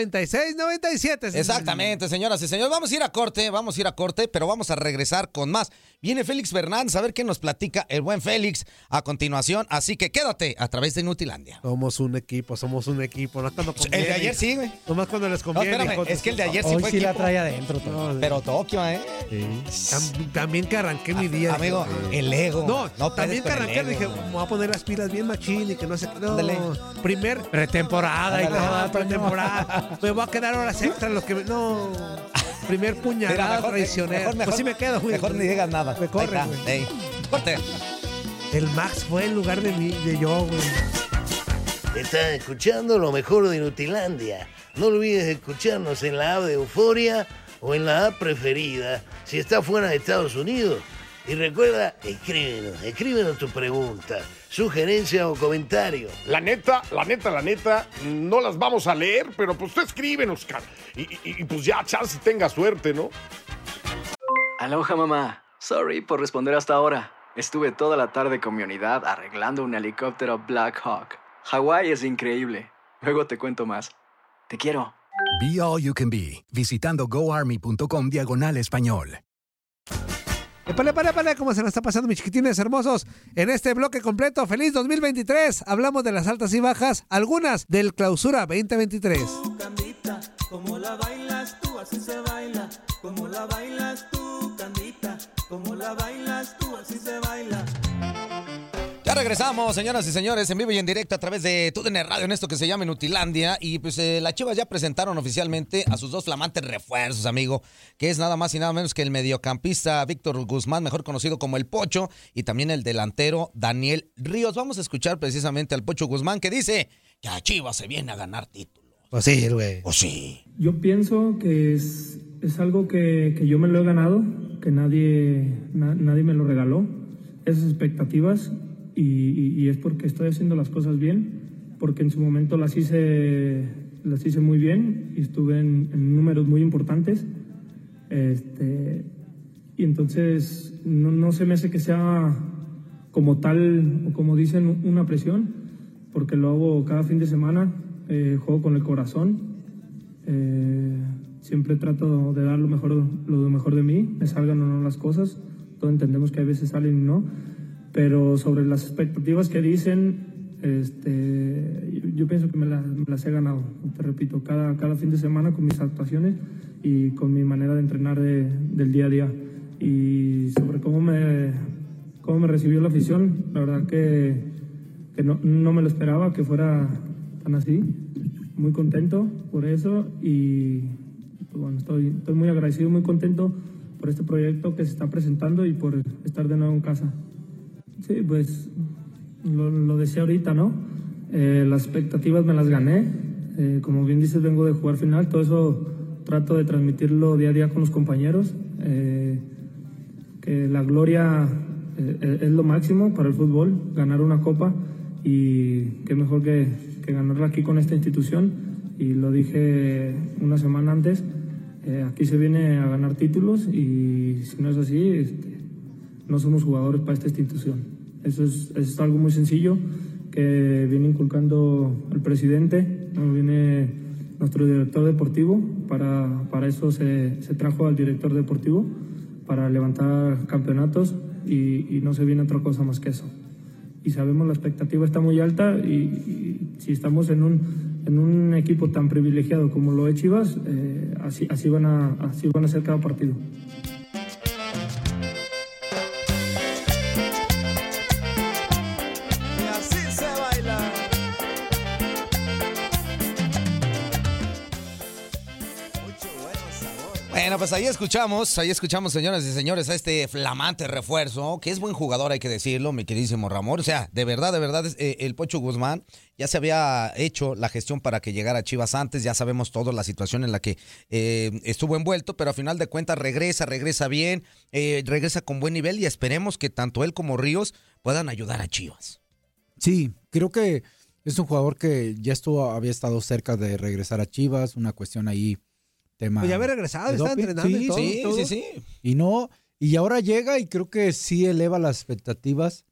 305-297-9697.
Exactamente, señoras y señores. Vamos a ir a corte, vamos a ir a corte, pero vamos a regresar con más. Viene Félix Fernández a ver qué nos platica el buen Félix a continuación. Así que quédate a través de Nutilandia.
Somos un equipo, somos un equipo. No cuando
El
conviene.
de ayer sí, güey.
Nomás cuando les
No,
conviene.
espérame,
hijos de
es que el de
su-
ayer sí
Hoy
fue
sí la
equipo.
trae adentro. todo.
Pero Tokio, ¿eh?
Tam- también que arranqué mi día.
Amigo, el ego.
No,
no
también que
cargan
arranqué. Dije, me voy a poner las pilas bien machín y que no sé qué. No,
Ándale.
primer
Pretemporada y
Ah,
todo, Toño.
pretemporada. Me voy a quedar horas extra en los que me- No. Primer
Mira,
puñalada
mejor- eh,
traicionera.
mejor- mejor-
pues sí me quedo, güey.
Mejor ni digas nada.
Me corren,
Ahí está,
güey.
ey. Corte.
El Max fue el lugar de mí, de yo, güey.
Estás escuchando lo mejor de Nutilandia. No olvides escucharnos en la app de Euforia o en la app preferida si está fuera de Estados Unidos. Y recuerda, escríbenos, escríbenos tu pregunta, sugerencia o comentario.
La neta, la neta, la neta, no las vamos a leer, pero pues tú escríbenos, cara. Y, y- y pues ya, chance tenga suerte, ¿no?
Aloha mamá. Sorry por responder hasta ahora. Estuve toda la tarde con mi unidad arreglando un helicóptero Black Hawk. Hawái es increíble. Luego te cuento más. Te quiero.
Be all you can be. Visitando goarmy.com diagonal español.
Epale, epale, epale, ¿cómo se la está pasando, mis chiquitines hermosos? En este bloque completo, feliz 2023. Hablamos de las altas y bajas, algunas del clausura 2023.
Como la bailas tú, así se baila. Como la bailas tú, Candita. Como la bailas tú, así se baila.
Ya regresamos, señoras y señores, en vivo y en directo a través de TUDN Radio en esto que se llama Nutilandia. Y pues eh, las Chivas ya presentaron oficialmente a sus dos flamantes refuerzos, amigo, que es nada más y nada menos que el mediocampista Víctor Guzmán, mejor conocido como el Pocho, y también el delantero Daniel Ríos. Vamos a escuchar precisamente al Pocho Guzmán que dice que a Chivas se viene a ganar título.
Pues sí, güey.
Pues sí.
Yo pienso que es, es algo que, que yo me lo he ganado, que nadie, na- nadie me lo regaló, esas expectativas, y, y- y es porque estoy haciendo las cosas bien, porque en su momento las hice, las hice muy bien y estuve en, en números muy importantes. Este, y entonces no, no se me hace que sea como tal o como dicen una presión, porque lo hago cada fin de semana, eh, juego con el corazón. Eh, siempre trato de dar lo mejor, lo mejor de mí, me salgan o no las cosas. Todos entendemos que a veces salen y no. Pero sobre las expectativas que dicen, este, yo, yo pienso que me, la- me las he ganado. Te repito, cada, cada fin de semana con mis actuaciones y con mi manera de entrenar de- del día a día. Y sobre cómo me, cómo me recibió la afición, la verdad que, que no, no me lo esperaba que fuera tan así muy contento por eso y pues, bueno, estoy, estoy muy agradecido, muy contento por este proyecto que se está presentando y por estar de nuevo en casa. Sí, pues lo, lo decía ahorita, ¿no? Eh, las expectativas me las gané. Eh, como bien dices, vengo de jugar final. Todo eso trato de transmitirlo día a día con los compañeros. Eh, que la gloria eh, eh, es lo máximo para el fútbol, ganar una copa y qué mejor que, que ganarla aquí con esta institución. Y lo dije una semana antes, eh, aquí se viene a ganar títulos y si no es así, este, no somos jugadores para esta institución. Eso es, es algo muy sencillo que viene inculcando el presidente, nos viene nuestro director deportivo, para, para eso se, se trajo al director deportivo, para levantar campeonatos y, y no se viene otra cosa más que eso. Y sabemos la expectativa está muy alta y, y si estamos en un, en un equipo tan privilegiado como lo es Chivas, eh, así, así, van a, así van a ser cada partido.
Y así se baila.
Bueno, pues ahí escuchamos, ahí escuchamos, señoras y señores, a este flamante refuerzo, que es buen jugador, hay que decirlo, mi queridísimo Ramón. O sea, de verdad, de verdad, es, eh, el Pocho Guzmán ya se había hecho la gestión para que llegara a Chivas antes, ya sabemos toda la situación en la que eh, estuvo envuelto, pero a final de cuentas regresa, regresa bien, eh, regresa con buen nivel y esperemos que tanto él como Ríos puedan ayudar a Chivas.
Sí, creo que es un jugador que ya estuvo, había estado cerca de regresar a Chivas, una cuestión ahí, tema.
Pues ya había regresado,
Ah, de
estaba
doping.
entrenando y todo, y todo.
Y no, y ahora llega y creo que sí eleva las expectativas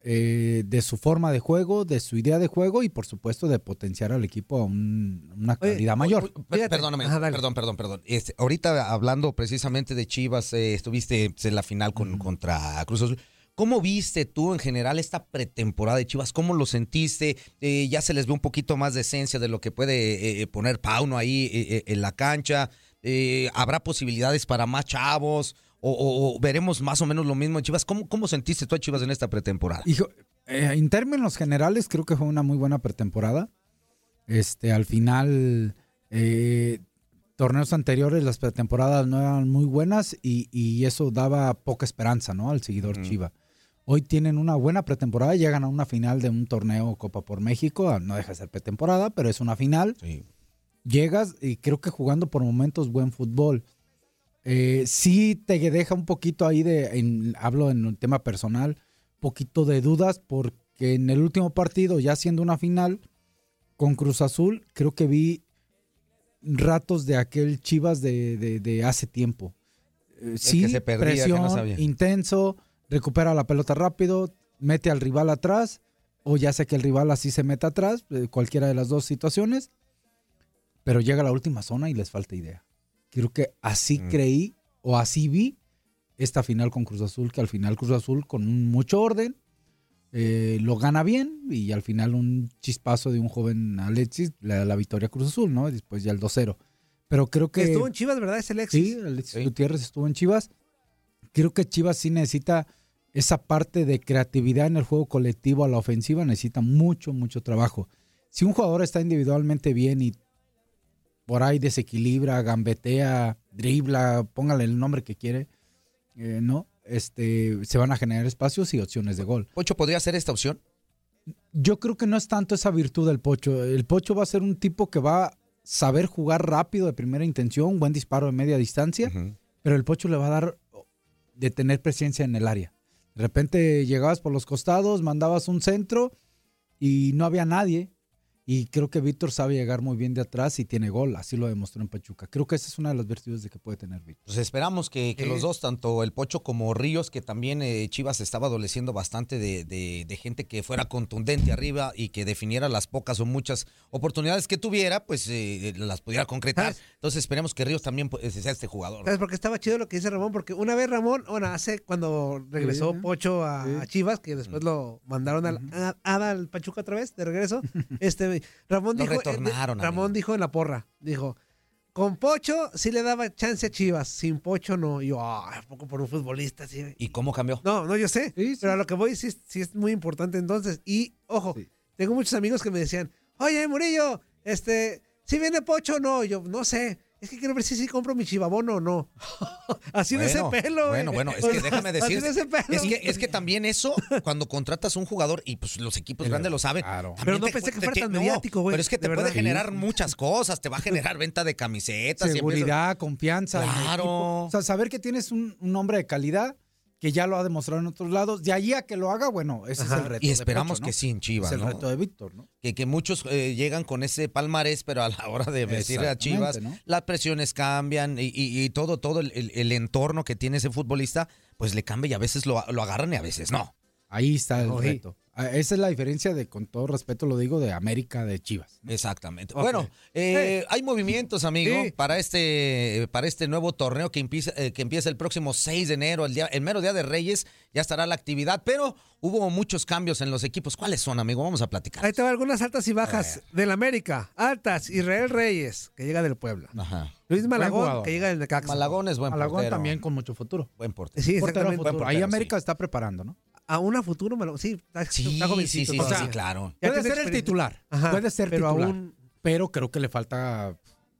eh, de su forma de juego, de su idea de juego y por supuesto de potenciar al equipo a un- una calidad mayor.
Pe- Perdóname, perdón, perdón, perdón. Este, ahorita hablando precisamente de Chivas, eh, estuviste pues, en la final con, contra Cruz Azul. ¿Cómo viste tú en general esta pretemporada de Chivas? ¿Cómo lo sentiste? Eh, ya se les ve un poquito más de esencia de lo que puede eh, poner Pauno ahí eh, eh, en la cancha. Eh, ¿Habrá posibilidades para más chavos? O, o- o veremos más o menos lo mismo en Chivas? ¿Cómo, cómo sentiste tú a Chivas en esta pretemporada?
Hijo, eh, en términos generales, creo que fue una muy buena pretemporada. Este, al final, eh, torneos anteriores, las pretemporadas no eran muy buenas y, y eso daba poca esperanza, ¿no? Al seguidor Chiva. Hoy tienen una buena pretemporada, llegan a una final de un torneo Copa por México, ah, no deja de ser pretemporada, pero es una final.
Sí.
Llegas y creo que jugando por momentos buen fútbol. eh, sí te deja un poquito ahí de, en- hablo en el tema personal, poquito de dudas porque en el último partido, ya siendo una final con Cruz Azul, creo que vi ratos de aquel Chivas de, de- de hace tiempo. Eh, Sí,
que se perdía, que no
presión,
sabía.
intenso, recupera la pelota rápido, mete al rival atrás, o ya sé que el rival así se mete atrás, eh, cualquiera de las dos situaciones, pero llega a la última zona y les falta idea. Creo que así
Mm.
creí o así vi esta final con Cruz Azul, que al final Cruz Azul con un mucho orden eh, lo gana bien y al final un chispazo de un joven Alexis le da la victoria a Cruz Azul, ¿no? Y después ya el 2-0. Pero creo que...
Estuvo en Chivas, ¿verdad? Es Alexis.
Eh, Sí, Alexis Gutiérrez estuvo en Chivas. Creo que Chivas sí necesita esa parte de creatividad en el juego colectivo a la ofensiva, necesita mucho, mucho trabajo. Si un jugador está individualmente bien y por ahí desequilibra, gambetea, dribla, póngale el nombre que quiere, eh, ¿no? Este, se van a generar espacios y opciones de gol.
¿Pocho podría ser esta opción?
Yo creo que no es tanto esa virtud del Pocho. El Pocho va a ser un tipo que va a saber jugar rápido de primera intención, buen disparo de media distancia, pero el Pocho le va a dar de tener presencia en el área. De repente llegabas por los costados, mandabas un centro y no había nadie. Y creo que Víctor sabe llegar muy bien de atrás y tiene gol, así lo demostró en Pachuca. Creo que esa es una de las virtudes de que puede tener Víctor.
Pues esperamos que, que
Sí.
los dos, tanto el Pocho como Ríos, que también eh, Chivas estaba adoleciendo bastante de, de- de gente que fuera contundente arriba y que definiera las pocas o muchas oportunidades que tuviera, pues eh, las pudiera concretar. Entonces esperemos que Ríos también pues, sea este jugador.
¿Sabes por qué estaba chido lo que dice Ramón? Porque una vez Ramón, bueno, hace cuando regresó
Sí.
Pocho a,
Sí.
a Chivas, que después lo mandaron al, a- a- al Pachuca otra vez, de regreso, este Ramón
Lo
dijo. eh,
retornaron,
de- Ramón dijo en la porra, dijo. Con Pocho sí le daba chance a Chivas, sin Pocho no. Y yo, ah, ¿a poco por un futbolista? Sí?
¿Y cómo cambió?
No, no, yo sé. Pero a lo que voy sí, es- sí es muy importante entonces. Y, ojo, tengo muchos amigos que me decían, oye, Murillo, este, si viene Pocho o no, yo no sé. Es que quiero ver si sí compro mi chivabono o no. así de ese pelo.
Bueno,
güey.
bueno, es
O
que
sea,
déjame
así
decir.
de ese pelo.
Es que, es que también eso, cuando contratas un jugador, y pues los equipos grandes lo saben.
Pero
también
no
te
pensé
cu-
que
te-
fuera
te-
tan
no,
mediático, güey,
Pero es que te
de
puede
verdad.
generar muchas cosas. Te va a generar venta de camisetas. y empiezas-
Seguridad, confianza. en el
Claro.
equipo. O sea, saber que tienes un, un hombre de calidad que ya lo ha demostrado en otros lados. De ahí a que lo haga, bueno, ese es
Ajá.
el reto.
Y
de
esperamos
Pocho, ¿no?
que sí en Chivas.
Es el
¿no?
reto de Víctor, ¿no?
Que, que muchos eh, llegan con ese palmarés, pero a la hora de vestir a Chivas,
Exactamente, ¿no?
las presiones cambian y, y- y todo, todo el, el- el entorno que tiene ese futbolista, pues le cambia y a veces lo, lo agarran y a veces no.
Ahí está el
Oye.
reto. Ah, Esa es la diferencia de, con todo respeto lo digo, de América de Chivas.
Exactamente.
Ok.
Bueno, eh, hay movimientos, amigo,
Sí.
para este para este nuevo torneo que empieza, eh, que empieza el próximo 6 de enero, el, día, el mero día de Reyes, ya estará la actividad, pero hubo muchos cambios en los equipos. ¿Cuáles son, amigo? Vamos a platicar.
Ahí te va algunas altas y bajas del América. Altas, Israel Reyes, que llega del Puebla.
Ajá.
Luis Malagón,
jugador.
que llega del Necaxa.
Malagón es buen
Malagón
portero.
también con mucho futuro.
Buen portero.
Sí,
Portero
exactamente.
futuro.
Buen
Ahí
portero,
América está preparando, ¿no?
A una futuro Malagón. Sí, está, está jovencito
sí, sí,
todavía.
sí, claro.
Ya
Puede
tiene
ser el
experiencia.
titular.
Ajá,
puede ser
pero
titular.
aún-
Pero creo que le falta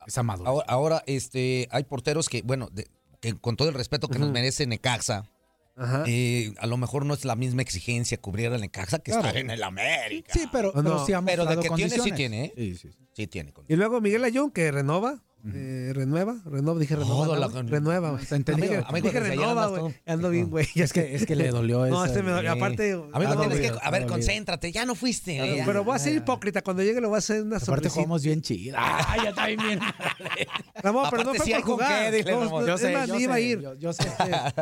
esa madurez.
Ahora, ahora, este, hay porteros que, bueno, de- que con todo el respeto que nos
Ujú.
merece Necaxa,
Ajá.
eh, a lo mejor no es la misma exigencia cubrir al Necaxa que
Claro.
estar en el América.
Sí, pero,
No.
pero sí ha
Pero de
mostrado
que tiene, sí
condiciones.
tiene, ¿eh?
Sí, sí,
Sí tiene. con-
Y luego Miguel Ayón, que renova. eh, renueva, renova, dije renova.
Todo
¿no?
la-
renueva, güey.
Te entendí,
Dije-
amigo,
dije
desde ayer
renova,
andas
güey.
todo-
Ando bien, güey.
Es que, es que le dolió eso.
No, este me dolió. Aparte. ah,
Amigo,
no,
tienes
güey.
que. A ver,
dolió.
concéntrate, ya no fuiste. eh, ya.
Pero voy a ser hipócrita. Cuando llegue, lo voy a hacer una
Aparte
sorpresa.
jugamos bien chido. Ah, ya está bien.
Ramón, pero no
Aparte
fue
sí
por
hay con
jugar.
qué, dile,
No,
Ramón.
no,
Yo
es
sé,
más,
yo
ni iba a
sé,
ir.
yo-
Este,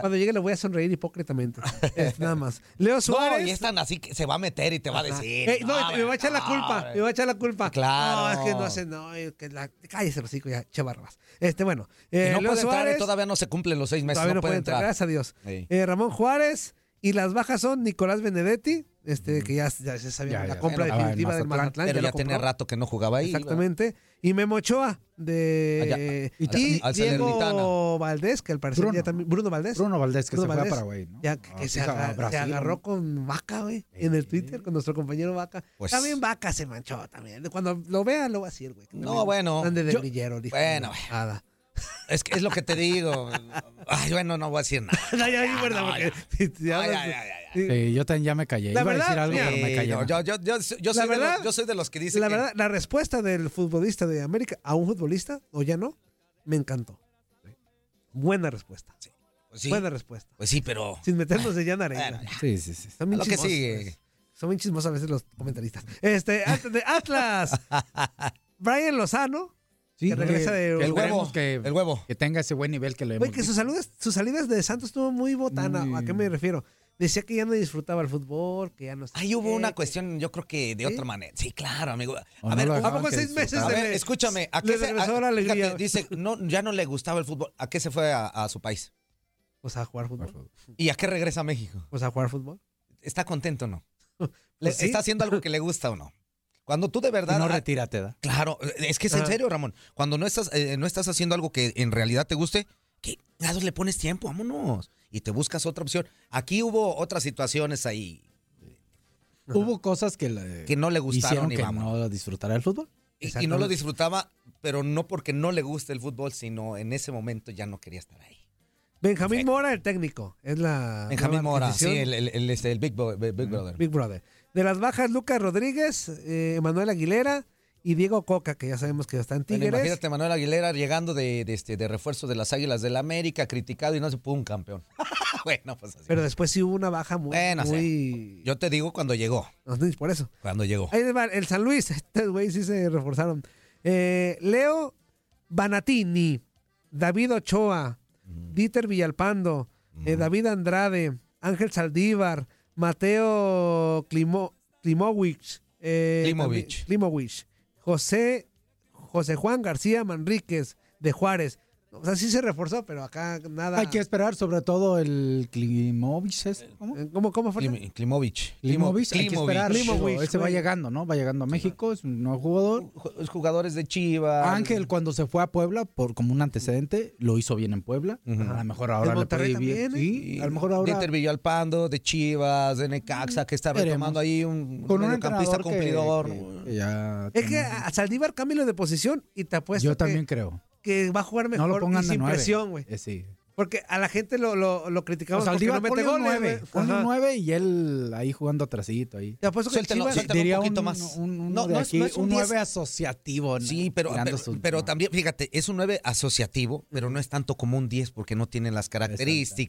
cuando llegue le voy a sonreír hipócritamente. Es nada más. Leo Suárez.
No, y es tan así que se va a meter y te va a
Ajá.
decir.
Eh, no, me va a echar la
no,
culpa. Me va a echar la culpa.
Claro.
No, es que no hace. No, es que la, cállese, los cinco ya, che barbas. Este, bueno. eh,
Y no
Leo
puede entrar,
Suárez,
eh, todavía no se cumplen los seis meses.
Todavía
no puede entrar.
Gracias a Dios.
Sí.
Eh, Ramón Juárez. Y las bajas son Nicolás Benedetti, este, que ya, ya se
Ya,
sabía la
ya,
compra
ya estaba en
definitiva del Mazatlán.
Pero
lo
ya tiene
compró.
rato que no jugaba ahí.
Exactamente. Y Memo Ochoa de
Allá, al-
y
al
Diego
Salernitana.
Valdés, que al parecer
Bruno.
ya también Bruno Valdés.
Bruno Valdés, que se fue a Paraguay, ¿no?
Ya que, que
Ah,
se,
sí, a
agarra- se
Brasil,
agarró
¿no?
con Vaca, güey, en el Twitter con nuestro compañero Vaca.
Pues-
también Vaca se manchó también. Cuando lo vea lo va a decir, güey. que
No,
también
bueno.
Ande de
yo-
grillero, dijo.
Bueno,
güey.
Es que es lo que te digo. Ay, bueno, no voy a decir nada.
No, ya, ya, verdad,
no,
porque si- si hablas-
Sí, yo también ya me callé.
La
Iba a decir
verdad,
algo,
mira.
pero me
Sí,
callé.
no, Eh, yo, yo, yo, yo
La
soy de
verdad-
los, yo soy de los que dicen
la
que-
verdad, la respuesta del futbolista de América a un futbolista, o ya no, me encantó. Buena respuesta.
Pues sí.
Buena respuesta.
Pues sí, pero.
Sin meternos de llana arena.
Sí, sí, sí.
Son bien
A lo que
chismosos,
sigue.
pues. Son bien chismosos a veces los comentaristas. Este, antes de Atlas. Brian Lozano. que regresa de
el
Esperemos
huevo,
que-
el huevo. eh, Que tenga ese buen nivel que le hemos
Güey, que
visto.
sus salidas, sus salidas de Santos estuvo muy botana. ¿A qué me refiero? Decía que ya no disfrutaba el fútbol, que ya no... sé
Ahí hubo
qué,
una
que-
cuestión, yo creo que de otra manera. Sí, claro, amigo. A
O no
ver,
lo
¿a
dejaban
poco
que
seis meses
disfrutara?
de- A ver, escúchame. ¿a
Le
qué se,
regresó
a-
la alegría.
fíjate, dice, no, ya no le gustaba el fútbol. ¿A qué se fue a, a su país?
Pues a jugar fútbol.
¿Y a qué regresa a México?
Pues a jugar fútbol.
¿Está contento o no?
Pues
Le-
sí.
¿Está haciendo algo que le gusta o no? Cuando tú de verdad...
no
ah,
retírate, ¿da?
Claro, eh, es que es en
Ajá.
serio, Ramón. Cuando no estás, eh, no estás haciendo algo que en realidad te guste, que nada le pones tiempo, vámonos. Y te buscas otra opción. Aquí hubo otras situaciones ahí
Hubo cosas que, le-
Que no le gustaron
hicieron
y
que
vamos.
no disfrutara el fútbol.
Y- Y, no lo disfrutaba, pero no porque no le guste el fútbol, sino en ese momento ya no quería estar ahí.
Benjamín Mora, el técnico. Es la...
Benjamín
Ah, nueva
Mora,
adquisición.
sí, el, el- el- este, el Big, Bo- Big Brother.
Big Brother. De las bajas, Lucas Rodríguez, eh, Manuel Aguilera y Diego Coca, que ya sabemos que está en
Bueno,
Tigres.
imagínate Manuel Aguilera llegando de, de este, de refuerzo de las Águilas del América, criticado y no se pudo un campeón. bueno, pues así.
pero después sí hubo una baja muy...
Bueno,
muy...
Yo te digo cuando llegó,
No, no, por eso.
cuando llegó.
Ahí les va, el San Luis, estos güey sí se reforzaron. Eh, Leo Banatini, David Ochoa, Dieter Villalpando, eh, David Andrade, Ángel Saldívar, Mateo Klimo, Klimovic, eh,
Klimovic.
también- Klimovic, José, José Juan García Manríquez de Juárez. O sea, sí se reforzó, pero acá nada.
Hay que esperar, sobre todo el Klimovic, ¿es? ¿Cómo?
Eh, ¿Cómo, cómo fue?
Klim- Klimovic.
Klimovic, hay que
Klimovic.
esperar.
Klimovic,
Él se va
güey.
llegando, ¿no? Va llegando a México, es un nuevo jugador.
Ju- Jugadores de Chivas.
Ah, Ángel, cuando se fue a Puebla, por como un antecedente, lo hizo bien en Puebla. A lo mejor ahora
En
le puede
Monterrey
ir bien.
¿eh?
también,
Sí, a lo mejor ahora
Dieter Villalpando, de Chivas, de Necaxa, que está
Veremos.
retomando ahí un
Con un
mediocampista
entrenador que-
cumplidor.
que ya
Es que a a Saldívar cámbialo de posición y te apuesto
Yo
que-
también creo.
que va a jugar mejor
No lo pongan
y
de
sin
nueve.
presión, güey.
Eh, sí.
Porque a la gente lo, lo, lo criticamos
O sea,
porque
Aldívar,
no mete
ponle un
goles,
nueve,
güey.
ponle un
Ajá.
nueve y él ahí jugando atrásito ahí.
Te apuesto que
Suéltalo,
Chivas-
suéltalo
Diría
un poquito
un-
más.
un- uno de aquí, un
diez.
nueve asociativo. ¿no?
Sí, pero,
Tirando
pero,
su-
pero también, fíjate, es un 9 asociativo, pero no es tanto como un 10 porque no tiene las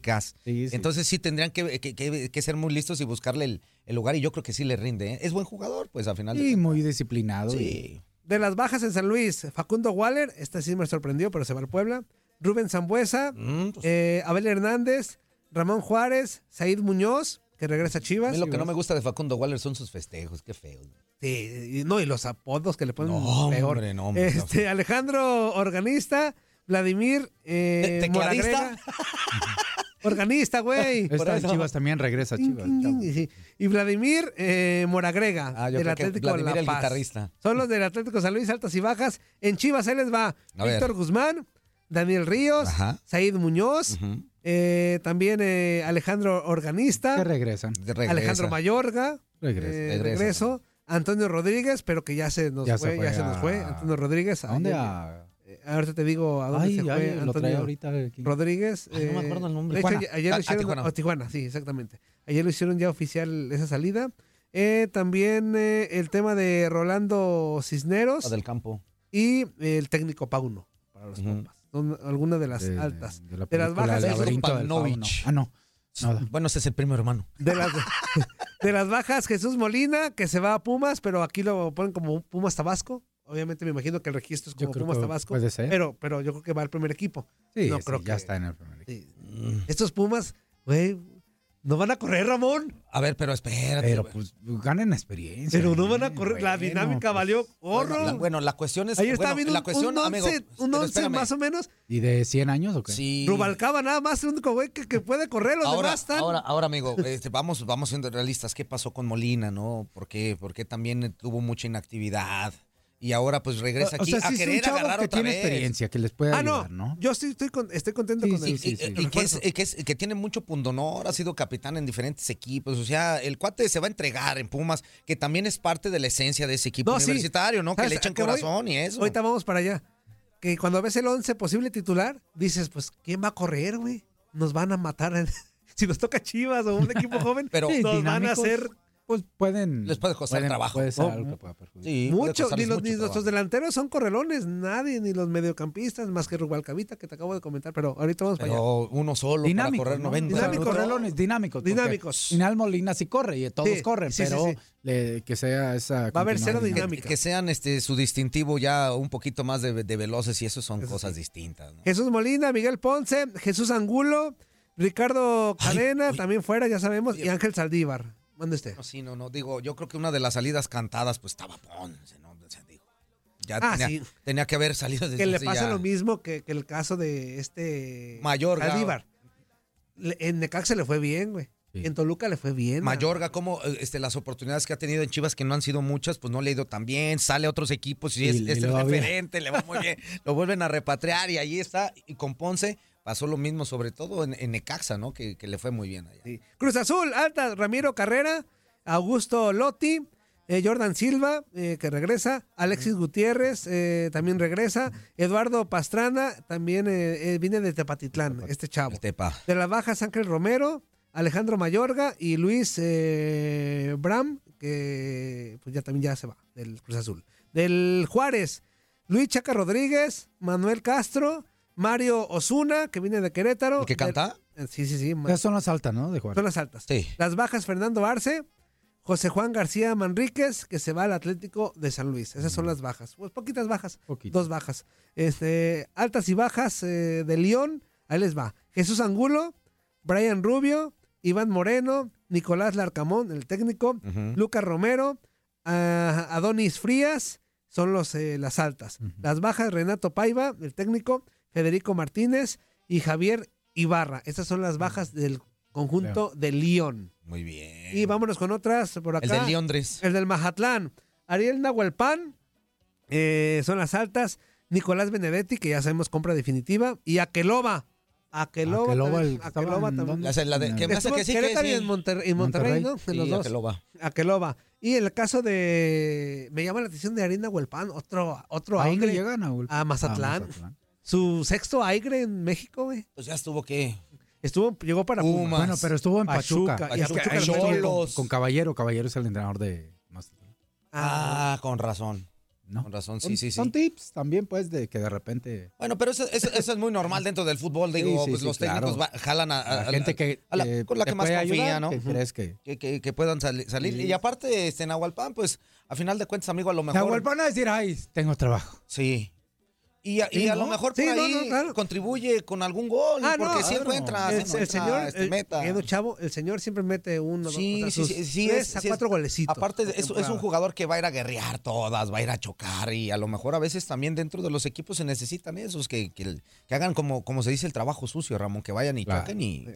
características. Entonces sí tendrían que, que- que- que ser muy listos y buscarle el, el lugar y yo creo que sí le rinde. ¿eh? Es buen jugador, pues al final. de-
Y muy disciplinado.
Sí.
De las bajas en San Luis, Facundo Waller, este sí me sorprendió, pero se va al Puebla. Rubén Zambuesa,
Mm.
eh, Abel Hernández, Ramón Juárez, Said Muñoz, que regresa a
A
Chivas.
mí lo que no me gusta de Facundo Waller son sus festejos, qué feo.
Sí, y no, y los apodos que le
Mm,
ponen
No,
peor.
hombre, no, hombre,
este, Alejandro Organista, Vladimir eh,
¿Te- tecladista?
Moragrega. Organista, güey.
Esta de Chivas también regresa, Chivas.
Y sí. Y Vladimir eh, Moragrega,
Ah, yo
del
creo que
Atlético
Vladimir
La
el
Paz.
guitarrista.
Son los del Atlético San Luis, altas y bajas. En Chivas, ahí les va
A ver.
Víctor Guzmán, Daniel Ríos,
Ajá.
Said Muñoz,
Ujú.
eh, también eh, Alejandro Organista,
Que regresan.
Alejandro Mayorga,
Regresa.
eh,
Regresa.
regreso, Antonio Rodríguez, pero que ya se nos
Ya
fue,
se fue
ya se
a-
nos fue. Antonio Rodríguez.
¿A dónde?
ayer-
A-
eh, Ahorita te digo a dónde
Ay,
se fue.
ay, lo trae
Antonio
ahorita aquí.
Rodríguez. eh,
Ay, no me acuerdo el nombre.
de hecho,
Tijuana.
ayer
A-
lo
a
hicieron.
Tijuana.
a Tijuana, sí, exactamente. Ayer lo hicieron ya oficial esa salida. Eh, también eh, el tema de Rolando Cisneros
O del campo.
y eh, el técnico Pauno para los Pumas. Son algunas de las
De-
altas. De,
la
las
película
bajas,
El
Jesús
laberinto del
Paunovic.
fauno. Ah, no. Nada.
Bueno, ese es el primo hermano.
De las, de las bajas, Jesús Molina, que se va a Pumas, pero aquí lo ponen como Pumas Tabasco. Obviamente me imagino que el registro es como
creo
Pumas
que
Tabasco.
puede ser.
Pero, pero yo creo que va al primer equipo.
Sí,
no
sí,
creo
ya
que-
está en el primer equipo.
sí. Estos Pumas, güey, no van a correr, Ramón.
A ver, pero espérate.
Pero pues ganen experiencia. pues,
Pero no van a correr. la dinámica valió
pues, bueno, la,
horror.
bueno, la cuestión es.
Ahí está
bueno,
viendo
la
un-
cuestión,
un
amigo, pues,
11, un
pero
11
espérame.
más o menos.
¿Y de 100 años o qué?
Sí.
Rubalcaba nada más, el único güey que, que puede correr, los
ahora,
demás están.
Ahora, ahora, amigo, este, vamos, vamos siendo realistas. ¿Qué pasó con Molina, no? ¿Por qué? Porque también tuvo mucha inactividad. Y ahora, pues, regresa
O- o
aquí
sea, sí
a
es un
querer
chavo
agarrar
que
otra
tiene
vez.
experiencia, que les puede
Ah, no.
ayudar, ¿no?
Yo sí estoy, con- estoy contento
Sí,
con
sí,
el,
sí,
el
sí.
Y que, es,
refuerzo.
y que es- que tiene mucho pundonor, ha sido capitán en diferentes equipos. O sea, el cuate se va a entregar en Pumas, que también es parte de la esencia de ese equipo
No, sí.
universitario, ¿no? Que
¿Sabes
le
a
echan
qué voy?
corazón y eso.
Ahorita vamos para allá. Que cuando ves el 11 posible titular, dices, pues, ¿quién va a correr, güey? Nos van a matar. si nos toca Chivas o un equipo joven,
Pero-
nos van a
Dinámicos.
hacer
pues pueden.
Les puede costar
pueden-
trabajo.
puede ser
¿no?
algo que pueda perjudicar.
Sí, puede
Mucho, ni,
costarles
los,
mucho
ni nuestros
trabajo.
delanteros son correlones, nadie, ni los mediocampistas, más que Rubalcabita, que te acabo de comentar, pero ahorita vamos para allá.
Pero uno solo
Dinámico,
para correr
¿no?
90
Dinámicos,
minutos.
relones, dinámicos. porque
Dinámicos.
Inal Molina sí corre y todos
Sí,
corren,
sí, sí,
pero
sí.
le- que sea esa. continuidad.
Que, que sean este su distintivo ya un poquito más de, de veloces y eso son cosas distintas. ¿no?
Jesús Molina, Miguel Ponce, Jesús Angulo, Ricardo Cadena, también fuera, ya sabemos, y Ángel Saldívar. Mande usted.
No, sí, no, no. Digo, yo creo que una de las salidas cantadas, pues estaba Ponce, ¿no? O sea, digo, ya
Ah,
tenía,
sí.
tenía que haber salido desde
Que le
hace
pasa
ya.
lo mismo que, que el caso de este.
Mayorga.
Saldívar. Le- En Necaxa le fue bien, güey. En Toluca le fue bien. man.
Mayorga, como este, las oportunidades que ha tenido en Chivas, que no han sido muchas, pues no le ha ido tan bien, sale a otros equipos y,
Y
es,
le
es el
va bien.
referente, le va muy bien, lo vuelven a repatriar y ahí está. Y con Ponce pasó lo mismo, sobre todo en, en Necaxa, ¿no? Que, que le fue muy bien allá.
Cruz Azul, alta, Ramiro Carrera, Augusto Lotti, eh, Jordan Silva, eh, que regresa, Alexis Gutiérrez, eh, también regresa, Eduardo Pastrana, también eh, eh, viene de Tepatitlán, este chavo.
Tepa.
De la baja, Ángel Romero, Alejandro Mayorga y Luis eh, Bram, que pues ya también ya se va del Cruz Azul. Del Juárez, Luis Chaca Rodríguez, Manuel Castro, Mario Osuna, que viene de Querétaro.
¿El que canta?
Del- sí, sí, sí. ma-
Ya son las altas, ¿no? De Juárez.
son las altas.
Sí.
Las bajas, Fernando Arce, José Juan García Manríquez, que se va al Atlético de San Luis. Esas son las bajas. Pues poquitas bajas. Dos bajas. Este, altas y bajas eh, de León. Ahí les va. Jesús Angulo, Brian Rubio, Iván Moreno, Nicolás Larcamón, el técnico, Lucas Romero, a- Adonis Frías, son los, eh, las altas. Las bajas, Renato Paiva, el técnico, Federico Martínez y Javier Ibarra. Estas son las bajas del conjunto de León.
Muy bien.
Y vámonos con otras por acá.
El del Londres.
El del Mazatlán. Ariel Nahuelpan, eh, son las altas. Nicolás Benedetti, que ya sabemos compra definitiva. Y Aqueloba. Aqueloba,
Aqueloba,
también,
el que
Aqueloba
estaba en-
también.
La- la de- que me hace
Estuvo
que
en
sí, que
Querétaro y
sí.
en Monterrey, en Monterrey, ¿no? En
Sí,
los dos.
Aqueloba.
Aqueloba. Y el caso de. Me llama la atención de Ariel Nahuelpan, otro, otro
¿A dónde
aire.
llegan, Nahuel?
A Mazatlán.
A Mazatlán.
Su sexto aire en México, güey.
Pues ya estuvo que.
Estuvo, llegó para Pumas.
Pumas.
Bueno, pero estuvo en Pachuca.
y a Pachuca
estuvo
le fue bien.
con, con Caballero. Caballero es el entrenador de Mazatlán.
Ah, con razón. Con razón, sí,
Son-
sí, sí.
Son tips también, pues, de que de repente.
Bueno, pero eso, eso- eso es muy normal dentro del fútbol.
Sí,
Digo,
sí,
pues
sí,
los
claro.
técnicos va- jalan a, a-
La gente que,
a la-
que
con la
te
que más
puede
confía,
ayudar,
¿no?
que crees que-
que, que- que puedan sali- salir.
Sí.
Y aparte, este, Nahualpan, pues, a final de cuentas, amigo, a lo mejor.
Nahuel, van a decir, ay, tengo trabajo.
Sí. Y a, y
Sí,
a
¿no?
lo mejor por
Sí, no,
ahí
no,
contribuye con algún gol.
Ah, no,
porque si
claro.
encuentra,
El,
sí
el
encuentra,
señor,
este,
el-
meta.
Edo Chavo, el señor siempre mete uno,
Sí,
dos,
sí,
o sea,
sí,
sus
sí,
tres
es-
a
sí es-
cuatro golecitos.
Aparte,
por
es- es,
temporada.
un jugador que va a ir a guerrear todas, va a ir a chocar y a lo mejor a veces también dentro de los equipos se necesitan esos que, que, el- que hagan como, como se dice el trabajo sucio, Ramón, que vayan y
Claro.
choquen y,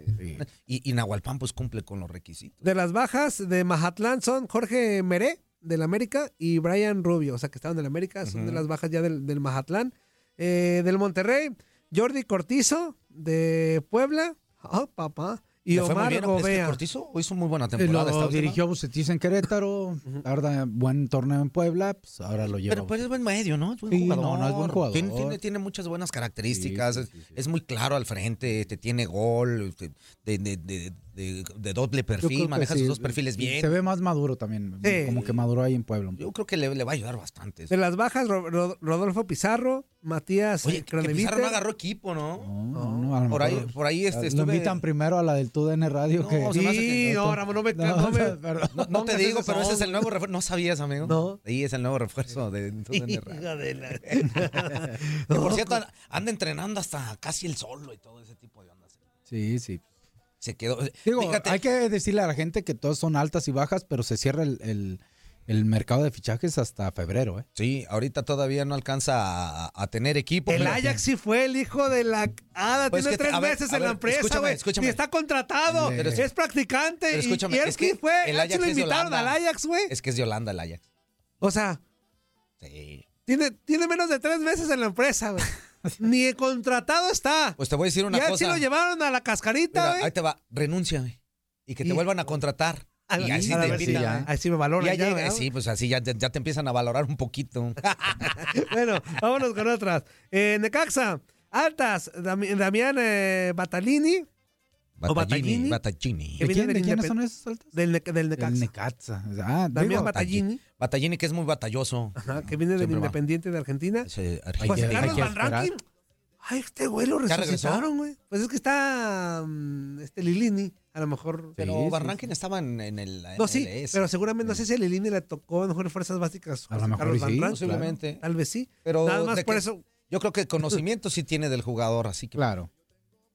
y, y Nahualpan pues cumple con los requisitos.
De las bajas de Mazatlán son Jorge Meré, del América, y Brian Rubio, o sea, que estaban del América, son de
Ujú.
las bajas ya del, del Mazatlán. Eh, del Monterrey, Jordi Cortizo, de Puebla, ah, papá, y
Le fue muy
Omar
bien, es que
Gobea.
Cortizo hizo muy buena
Eh,
temporada. esta
Lo
última.
dirigió Bucetich en Querétaro, tarda buen torneo en Puebla, pues ahora lo lleva.
Pero pues es buen medio, ¿no? Es buen
Sí,
jugador.
no, no, es buen jugador.
Tiene, tiene- tiene muchas buenas características. es- Es muy claro al frente, te tiene gol, te- de, de, de- de- de doble
Yo creo
perfil,
que
maneja
sí,
sus dos perfiles bien.
Se ve más maduro también,
Sí.
como que maduró ahí en Puebla.
Yo creo que le, le va a ayudar bastante.
De las bajas, Ro- Ro- Rodolfo Pizarro, Matías
Oye, que
Craneviter.
Pizarro no agarró equipo, ¿no?
No, no, a lo
Por ahí-
mejor
por ahí, este,
lo
estuve-
invitan primero a la del TUDN Radio. que...
se me hace que-
Sí, no, Ramón, no me...
No,
no me-
perdón.
No, no te
pongas
digo,
ese
pero ese
son.
es el nuevo refuerzo. No sabías, amigo.
No.
Sí, es el nuevo refuerzo de de-
Hijo de la-
Que por cierto, anda entrenando hasta casi el solo y todo ese tipo de ondas.
Sí, sí.
Se quedó.
Digo,
Fíjate,
hay que decirle a la gente que todas son altas y bajas, pero se cierra el, el- el mercado de fichajes hasta febrero, ¿eh?
Sí, ahorita todavía no alcanza a, a- a tener equipo.
El
pero-
Ajax sí fue el hijo de la hada.
Pues
tiene
que-
tres
a ver,
meses
a
en la
ver,
empresa,
escúchame,
güey.
escúchame.
Y está contratado.
Pero
es,
es-
practicante.
pero
y-
escúchame,
y él
es que
sí fue.
el
él sí
Ajax
lo
es de
invitaron al
Holanda.
Ajax, güey.
Es que es de Holanda el Ajax.
O sea,
Sí.
tiene, tiene menos de tres meses en la empresa, güey. Ni contratado está.
Pues te voy a decir una
y a él sí
cosa.
lo llevaron a la cascarita,
Mira,
güey.
ahí te va, renuncia, güey. Y que te
Y-
vuelvan a contratar.
A la-
Y así
a la
te
ver si
invitan,
ya-
güey.
ahí sí me valoran
Ya
ya,
llega-
¿verdad?
sí, pues así ya, te- ya te empiezan a valorar un poquito.
bueno, vámonos con otras. Eh, Necaxa, altas, Dami- Damián eh, Batalini, ¿O Battaglini?
Battaglini.
¿Que viene del Independ-
esos
Del, Neca- del Necaxa.
Necaxa. Ah,
También
digo,
Battaglini.
Battaglini que es muy batalloso.
Ajá, que viene del
Siempre va.
Independiente de Argentina.
Ese
Pues
argentino.
Carlos
Hay que
Van Rankin.
esperar.
Ay, este güey lo
¿Ya regresó?
resucitaron, güey. Pues es que está mm, este Lilini, a lo mejor.
Pero Van Rankin estaba en, en el
No, sí,
MLS.
pero seguramente, no sé si a Lilini le tocó a lo mejor en Fuerzas Básicas.
A lo
José
mejor
Carlos
y
Van
sí,
Rankin.
posiblemente.
Tal vez sí.
Pero
Nada más
de
por
que-
eso.
Yo creo que conocimiento sí tiene del jugador, así que.
Claro.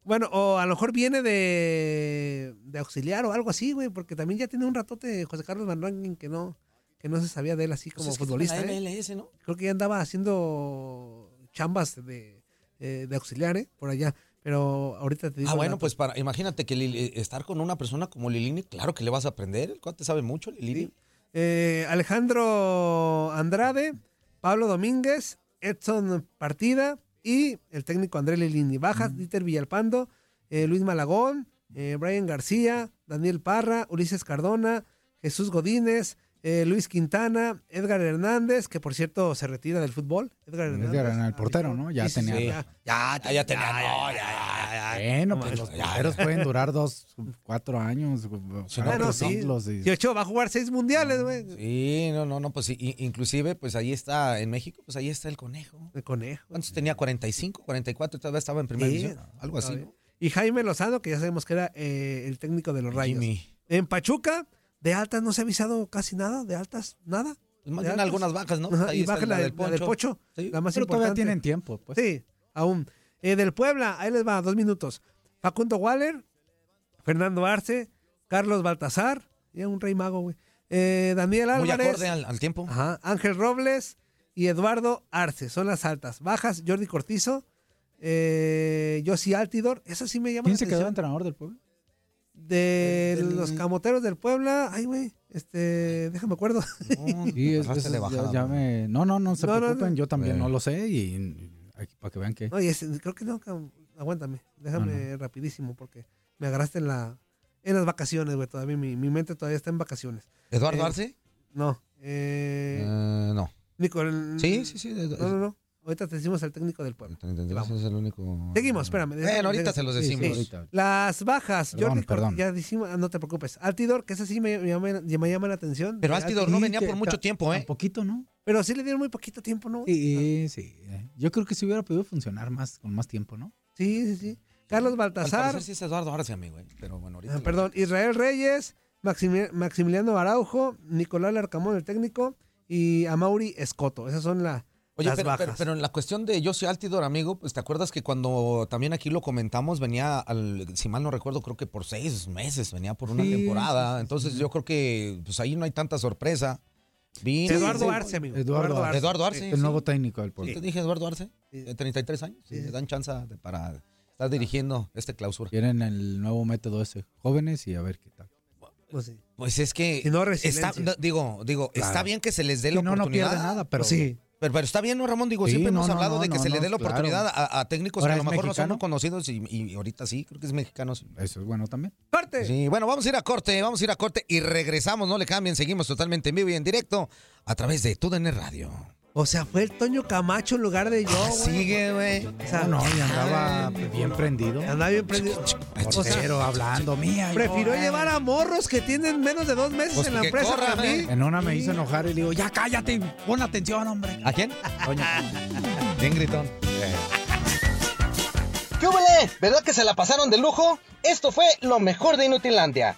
Bueno, o a lo mejor viene de, de auxiliar o algo así, güey, porque también ya tiene un ratote José Carlos Van Rankin que no, que no se sabía de él así como
Pues es que fue
futbolista.
en la
¿eh?
MLS, ¿no?
Creo que ya andaba haciendo chambas de, eh, de auxiliar, ¿eh? Por allá. Pero ahorita te digo.
Ah,
el
bueno,
dato.
pues para, imagínate que Lili- estar con una persona como Lilini, claro que le vas a aprender. El cuate sabe mucho, Lilini.
Eh, Alejandro Andrade, Pablo Domínguez, Edson Partida y el técnico André Lilini. Bajas,
Mm.
Dieter Villalpando, eh, Luis Malagón, eh, Brian García, Daniel Parra, Ulises Cardona, Jesús Godínez, eh, Luis Quintana, Edgar Hernández, que por cierto se retira del fútbol. Edgar Hernández.
Edgar Hernández, el portero, ¿no? Ya
Sí, sí, sí,
tenía-
ya.
Ah, Ya, ya, ya tenía. no, ya, ya, ya.
Bueno, pues los porteros pueden durar dos, cuatro años.
no,
Claro,
pues
son
sí.
los de-
Y Ochoa va a jugar seis mundiales, güey.
Sí, no, no, no, pues i- i- inclusive, pues ahí está, en México, pues ahí está el conejo.
El conejo.
¿Cuántos tenía? ¿45, 44? Todavía estaba en primera
Sí,
división,
no,
algo así,
todavía.
¿no?
Y Jaime Lozano, que ya sabemos que era eh, el técnico de los Rayos.
Jimmy.
En Pachuca, de altas no se ha avisado casi nada, de altas nada.
Pues, Más
De
bien
altas.
algunas bajas, ¿no?
Ajá,
Ahí
y
está
baja la, del, la del Pocho,
Sí.
la más
Pero todavía
importante.
tienen tiempo, pues.
Sí, aún. Eh, del Puebla, ahí les va, dos minutos. Facundo Waller, Fernando Arce, Carlos Baltasar, ya un rey mago, güey. Eh, Daniel
Muy
Álvarez.
acorde al, al tiempo.
Ajá, Ángel Robles y Eduardo Arce son las altas. Bajas, Jordi Cortizo, eh, Yossi Altidor. Esa sí me llama
¿Quién
la
se quedó
atención.
entrenador del pueblo?
De
El- el-
los camoteros del Puebla. Ay, güey. Este, déjame acuerdo.
Sí, es,
Bajaste de
es- ya-
bajada,
ya me- No, no, no se
No, no,
preocupen,
no.
yo también
Eh.
no lo sé y y aquí, para que vean que...
No, y ese- creo que no. cam- Aguántame. Déjame rapidísimo porque me agarraste en, la, en las vacaciones, güey. Todavía mi, mi mente todavía está en vacaciones.
¿Eduardo
Eh,
Arce?
No. Eh,
Ah.
Eh, no.
Nico, el-
Sí, sí, sí. de-
No, no, no. Ahorita te decimos al técnico del Puebla.
Ese es el único.
Seguimos, espérame.
Bueno, ahorita se los
Sí,
decimos.
sí.
Ahorita.
Las bajas,
Perdón,
Jordi Cor-
perdón.
ya decimos, ah, no te preocupes. Altidor, que esa sí me, me llama, me llama la atención.
Pero
Eh,
Altidor no venía por mucho tiempo, ¿eh?
poquito, ¿no?
Pero sí le dieron muy poquito tiempo, ¿no? Ah,
Sí, sí. eh. Yo creo que se hubiera podido funcionar más con más tiempo, ¿no?
Sí, sí, sí. Carlos
Al
Baltasar,
parecer sí es Eduardo Arce, amigo, eh, pero bueno, ahorita.
ah, perdón, Israel Reyes, Maximi- Maximiliano Araujo, Nicolás Arcamón, el técnico, y Amauri Escoto. Esas son la-
Oye,
las
pero,
bajas.
pero- pero en la cuestión de José Altidor, amigo, pues te acuerdas que cuando también aquí lo comentamos, venía, al, si mal no recuerdo, creo que por seis meses, venía por una
Sí,
temporada.
sí, sí,
Entonces yo creo que pues ahí no hay tanta sorpresa. Vi-
Eduardo Arce, amigo.
Eduardo Arce.
Eduardo Arce,
El
sí.
nuevo técnico del
Sí,
pueblo.
Te dije Eduardo Arce, Eh, de 33 años, sí, le dan chance de- para estar dirigiendo este clausura.
Quieren el nuevo método ese, jóvenes y a ver qué tal.
Pues sí.
Pues es que
Si no,
está,
resiliencia.
no, digo, digo,
Claro.
está bien que se les dé
Sí,
la
no, no
oportunidad. pues
pierde nada, pero-
Sí.
Pero, pero está bien, ¿no, Ramón? Digo,
Sí,
siempre
no,
hemos
no,
hablado
no,
de que
no,
se le
no,
dé la
claro.
oportunidad a, a técnicos
Ahora
que a lo
es
mejor no son
mexicano.
conocidos y, y ahorita sí, creo que es mexicano. sí.
Eso es bueno también.
¡Corte!
Sí, bueno, vamos a ir a corte, vamos a ir a corte y regresamos, no le cambien, seguimos totalmente en vivo y en directo a través de TUDN Radio.
O sea, fue el Toño Camacho en lugar de yo,
Ah,
güey.
Sigue, güey.
O sea,
No, y andaba bien prendido.
andaba bien prendido. O sea,
Portero hablando, mía. yo,
Prefirió
eh.
llevar a morros que tienen menos de dos meses
Pues
en la
que
empresa
corran,
que a mí.
eh. En una me hizo enojar y le digo, ya cállate, pon atención, hombre.
¿A quién? Bien gritón.
Eh. ¿Qué hubole? ¿Verdad que se la pasaron de lujo? Esto fue lo mejor de Inutilandia.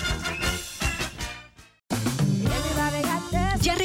Ya